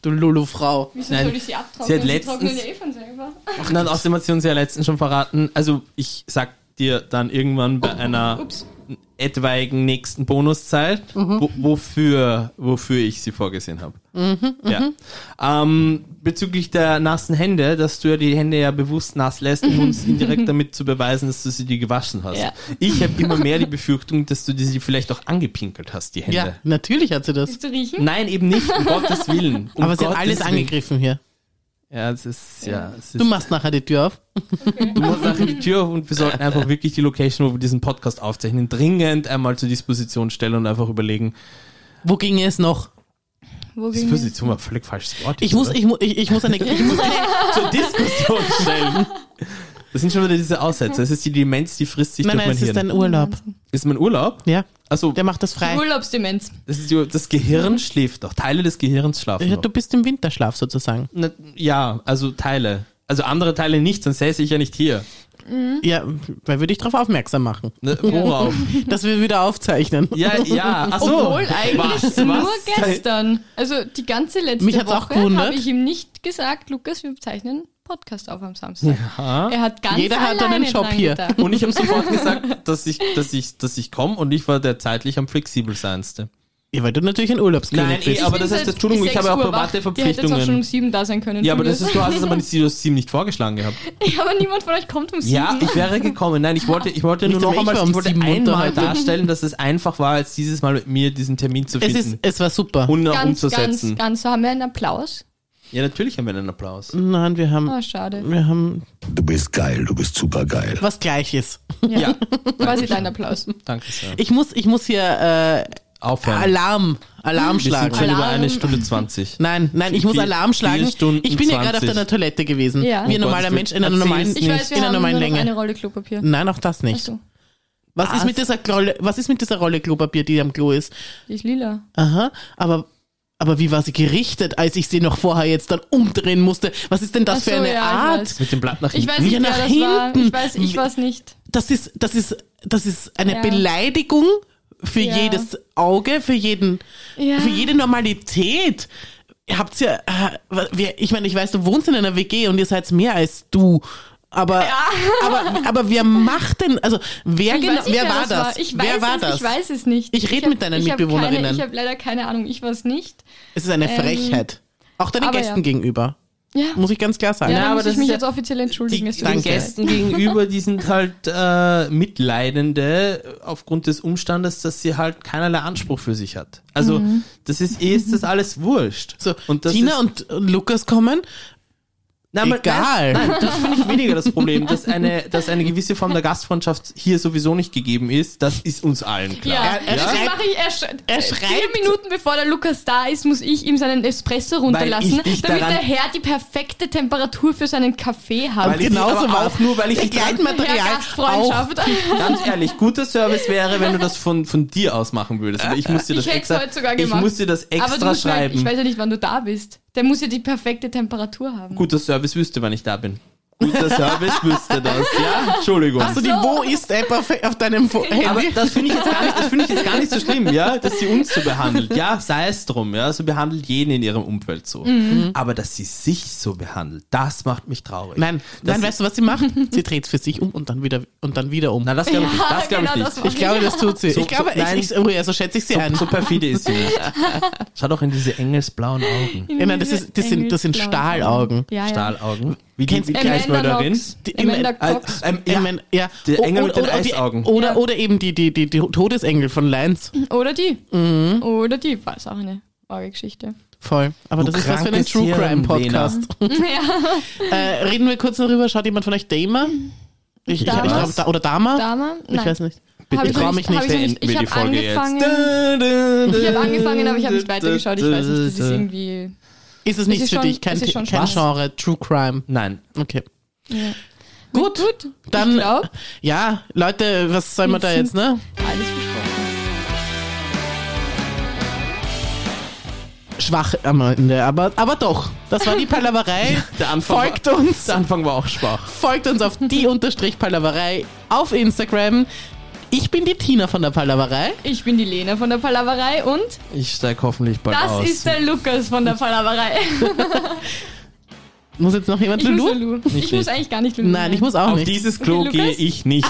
A: Du Lulu-Frau.
B: Wieso
C: Nein,
B: soll ich sie
C: sie hat
B: abtrocknen? Sie, trocknen
C: letztens-
B: ja eh von selber.
C: ach, nein, außerdem hat sie uns ja letztens schon verraten. Also ich sag dir dann irgendwann bei einer
B: Ups.
C: etwaigen nächsten Bonuszeit,
A: Mhm.
C: wo, wofür, wofür ich sie vorgesehen habe.
A: mhm.
C: ja. ähm, bezüglich der nassen Hände, dass du ja die Hände ja bewusst nass lässt, um uns indirekt damit zu beweisen, dass du sie dir gewaschen hast.
B: Ja.
C: Ich habe immer mehr die Befürchtung, dass du dir sie vielleicht auch angepinkelt hast, die Hände.
A: Ja, natürlich hat sie das.
B: Willst du riechen?
C: Nein, eben nicht, um Gottes Willen. Um
A: Aber sie hat
C: Gottes
A: alles
C: Willen.
A: angegriffen hier.
C: Ja, es ist, ja, es ist,
A: Du machst nachher die Tür auf.
C: du machst nachher die Tür auf und wir sollten einfach wirklich die Location, wo wir diesen Podcast aufzeichnen, dringend einmal zur Disposition stellen und einfach überlegen.
A: Wo ginge es noch?
C: Hm,
B: Wo ging das?
C: Disposition war völlig falsches Wort.
A: Ich muss,
C: oder?
A: ich, mu- ich, ich muss eine, ich muss,
C: zur Diskussion stellen. Das sind schon wieder diese Aussätze. Das ist die Demenz, die frisst sich
A: nein,
C: durch
A: nein,
C: mein
A: es ist
C: Hirn.
A: dein Urlaub.
C: ist mein Urlaub?
A: Ja,
C: Also
A: der macht das frei.
B: Urlaubsdemenz.
C: das, ist die, das Gehirn schläft doch. Teile des Gehirns schlafen.
A: Ja,
C: noch.
A: du bist im Winterschlaf sozusagen.
C: Na, ja, also Teile. Also andere Teile nicht, sonst säße ich ja nicht hier.
B: Mhm.
A: Ja, weil würde ich darauf aufmerksam machen,
C: Ne, worauf?
B: Mhm.
A: dass wir wieder aufzeichnen.
C: Ja, ja. Ach so.
B: Obwohl eigentlich
C: Was,
B: nur
C: was?
B: gestern. Also die ganze letzte
A: Mich hat's auch
B: Woche
A: gewundert.
B: habe ich ihm nicht gesagt, Lukas, wir zeichnen Podcast auf am Samstag.
C: Aha.
B: Er hat ganz
A: Jeder hat
B: alleine
A: einen Job
B: dran
A: hier.
B: Gedacht.
C: Und ich habe sofort gesagt, dass ich, dass ich, dass ich komme und ich war der zeitlich am flexibelsteinste.
A: Ja, weil du natürlich ein Urlaubskönig
C: Nein, eh,
A: bist.
C: aber das
B: Bis
C: heißt,
B: seit
C: Entschuldigung, ich
B: sechs
C: habe auch
B: Uhr
C: private
B: wach. Die hätte jetzt auch
C: Verpflichtungen.
B: schon um sieben da sein können.
C: Ja, aber das
B: Julius.
C: ist, du hast es aber nicht, du hast es ihm nicht vorgeschlagen gehabt.
B: Ja, aber niemand von euch kommt um sieben.
C: Ja, ich wäre gekommen. Nein, ich wollte, ich wollte nur
A: Nicht, aber
C: noch
A: ich
C: einmal,
A: war um
C: ich wollte
A: sieben
C: einmal
A: unter heute.
C: darstellen, dass es einfach war, als dieses Mal mit mir diesen Termin zu
A: es,
C: finden
A: ist, es war super.
C: und noch
B: ganz,
C: umzusetzen.
B: ganz, ganz. Haben wir einen Applaus?
C: Ja, natürlich haben wir einen Applaus.
A: Nein, wir haben,
B: Oh, schade.
A: wir haben
D: Du bist geil, du bist super geil.
A: was Gleiches.
B: Ja.
C: Ja,
B: Quasi dein Applaus.
C: danke sehr.
A: Ich muss, ich muss hier äh,
C: Aufhören.
A: Alarm, Alarm
C: Wir sind
A: schlagen.
C: schon über
B: Alarm.
C: eine Stunde zwanzig.
A: Nein, nein, ich muss
C: Vier-
A: Alarm schlagen.
C: vier Stunden
A: ich bin ja gerade auf
C: 20.
A: deiner Toilette gewesen.
B: Ja.
A: Wie ein
C: Oh Gott,
A: normaler
C: ich will-
A: Mensch in einer
C: erzähl's
A: normalen,
B: Ich weiß, wir
A: in einer
B: haben nur
A: normalen
B: noch
A: Länge.
B: eine Rolle Klopapier.
A: Nein, auch das nicht.
B: Achso,
A: Was,
C: Was?
A: ist mit dieser Rolle, was ist mit dieser Rolle Klopapier, die am Klo ist?
B: die ist lila.
A: Aha, aber Aber wie war sie gerichtet, als ich sie noch vorher jetzt dann umdrehen musste? Was ist denn das
B: Ach
A: für
B: so,
A: eine
B: ja, ich
A: Art?
B: weiß.
C: Mit dem Blatt nach
B: Ich
C: hinten.
B: weiß nicht,
A: Ja,
B: wer
A: nach
B: das war.
A: hinten.
B: Ich weiß, ich weiß nicht.
A: Das ist, das ist, das ist eine
B: Ja.
A: Beleidigung für
B: Ja.
A: jedes Auge, für jeden,
B: Ja.
A: für jede Normalität. Ihr Habt's ja, äh, wir- ich meine, ich weiß, du wohnst in einer WG und ihr seid mehr als du. Aber, aber, aber wer macht denn, also, wer
B: Ich
A: genau,
B: weiß nicht,
A: wer war das?
B: Ich weiß
A: wer war
B: es,
A: das?
B: Ich weiß es nicht.
A: Ich rede
B: hab-
A: mit deinen
B: ich hab
A: Mitbewohnerinnen.
B: Keine, ich habe leider keine Ahnung. Ich weiß nicht.
A: Es ist eine
B: Ähm,
A: Frechheit. Auch deinen
B: aber
A: Gästen
B: ja.
A: gegenüber.
B: Ja,
A: Muss ich ganz klar
B: ja
A: sagen.
B: da
C: aber
B: muss ich
C: das ist
B: mich
C: ja-
B: jetzt offiziell entschuldigen.
A: Die-
B: es tut mir
A: den
B: leid.
A: Gästen-
C: Gästen gegenüber, die sind halt äh, Mitleidende aufgrund des Umstandes, dass sie halt keinerlei Anspruch für sich hat. Also
B: Mhm.
C: das ist eh ist das alles wurscht.
A: So,
C: das
A: Tina
C: ist,
A: und und Lukas kommen.
C: nein, man-
A: egal.
C: Nein, nein, das finde ich weniger das Problem, dass eine, dass eine gewisse Form der Gastfreundschaft hier sowieso nicht gegeben ist. Das ist uns allen klar.
B: Ja,
A: Er- er
B: Also das
A: schreibt-
B: mache ich. Er, sch-
A: er
B: Vier
A: schreibt-
B: Minuten bevor der Lukas da ist, muss ich ihm seinen Espresso runterlassen,
C: Weil ich dich
B: damit
C: daran-
B: der Herr die perfekte Temperatur für seinen Kaffee hat.
C: Weil ich-
A: Genauso
C: aber
A: war
C: auch nur, weil ich
A: die
C: nicht dran-
B: Herr
A: Gleitmaterial auch.
B: Gastfreundschaft.
C: Ganz ehrlich, guter Service wäre, wenn du das von, von dir aus machen würdest. Aber ich muss dir das
B: Ich hätte es
C: extra,
B: heute sogar
C: ich
B: gemacht.
C: muss dir das
B: Aber du
C: extra
B: musst mir-
C: schreiben.
B: Ich weiß ja nicht, wann du da bist. Der muss ja die perfekte Temperatur haben.
C: Guter Service wüsste, wann ich da bin. Guter Service wüsste das. Ja, Entschuldigung.
A: Hast du die Wo ist App auf, auf deinem Fo- Handy?
C: Aber das finde ich, jetzt gar nicht- das finde ich jetzt gar nicht so schlimm, ja, dass sie uns so behandelt. Ja, sei es drum, ja, sie behandelt jeden in ihrem Umfeld so.
B: Mhm.
C: Aber dass sie sich so behandelt, das macht mich traurig.
A: nein,
C: das
A: nein, weißt du, was sie macht? Sie dreht es für sich um und dann wieder und dann wieder um.
C: Nein, das glaube ich nicht. Das glaube
B: genau,
C: ich
B: das
C: nicht.
B: war-
A: ich glaube, das tut sie.
C: So-
A: ich glaube,
C: so- nein.
A: ich, ich, oh ja, so schätze ich sie ein.
C: So, so perfide ist sie nicht. Schau doch in diese engelsblauen Augen.
A: Ja, nein, das ist- das sind- das sind
B: Engelsblauen
A: Stahlaugen.
B: Ja, ja.
C: Stahlaugen. Wie die,
A: Kennst-
C: wie die
B: Amanda
C: Eismörderin.
B: Knox.
A: Die-
B: Amanda
C: Äh,
B: Knox.
C: ähm,
A: Ich
C: ja.
A: mein, ja. Oh,
C: Der
A: O-
C: Engel mit
A: oder-
C: den
A: oder die-
C: Eisaugen.
A: Oder,
B: Ja. Mhm.
A: oder eben die, die, die, die Todesengel von Lenz.
B: Oder die.
A: Mhm.
B: Oder die. War es auch eine arge Geschichte.
A: Voll. Aber
C: Du
A: das ist was für einen
C: krankes
A: True Crime
C: Hirn,
A: Podcast. äh, reden wir kurz darüber. Schaut jemand vielleicht Dama? Ich, ich, ich
B: Dama?
A: glaube, da, oder Dama?
B: Dama? Nein.
A: Ich weiß nicht.
B: Hab
A: ich trau
B: noch
A: mich nicht.
B: hab ich noch
C: Beenden wir
B: Ich
C: die
B: habe
C: Folge jetzt.
B: angefangen. Ich
C: Ich
B: habe angefangen, aber ich habe nicht weitergeschaut. Ich weiß nicht, das ist irgendwie.
A: Ist es nicht
B: ist
A: für
B: schon-
A: dich? Kein,
B: es ist schon
A: kein
B: schwarz.
A: Genre. True Crime.
C: Nein,
A: Okay.
B: Ja.
A: Gut.
B: Gut.
A: Dann,
B: ich glaube,
A: ja, Leute, was soll man da jetzt, ne?
B: alles besprochen.
A: Schwach am Ende, aber, aber doch. Das war die Palaverei.
C: der Anfang war-
A: folgt uns,
C: der Anfang war auch schwach.
A: folgt uns auf die unterstrich Palaverei auf Instagram. Ich bin die Tina von der Palaverei.
B: Ich bin die Lena von der Palaverei und
C: Ich steige hoffentlich bald
B: das
C: aus.
B: ist der Lukas von der Palaverei.
A: Muss jetzt noch jemand
B: Ich muss,
A: Lulu?
B: Lulu. Ich
C: ich.
B: muss eigentlich gar nicht Lulu.
A: Nein, ich muss auch
C: Auf
A: nicht.
C: dieses Klo
B: Lukas?
C: gehe ich nicht.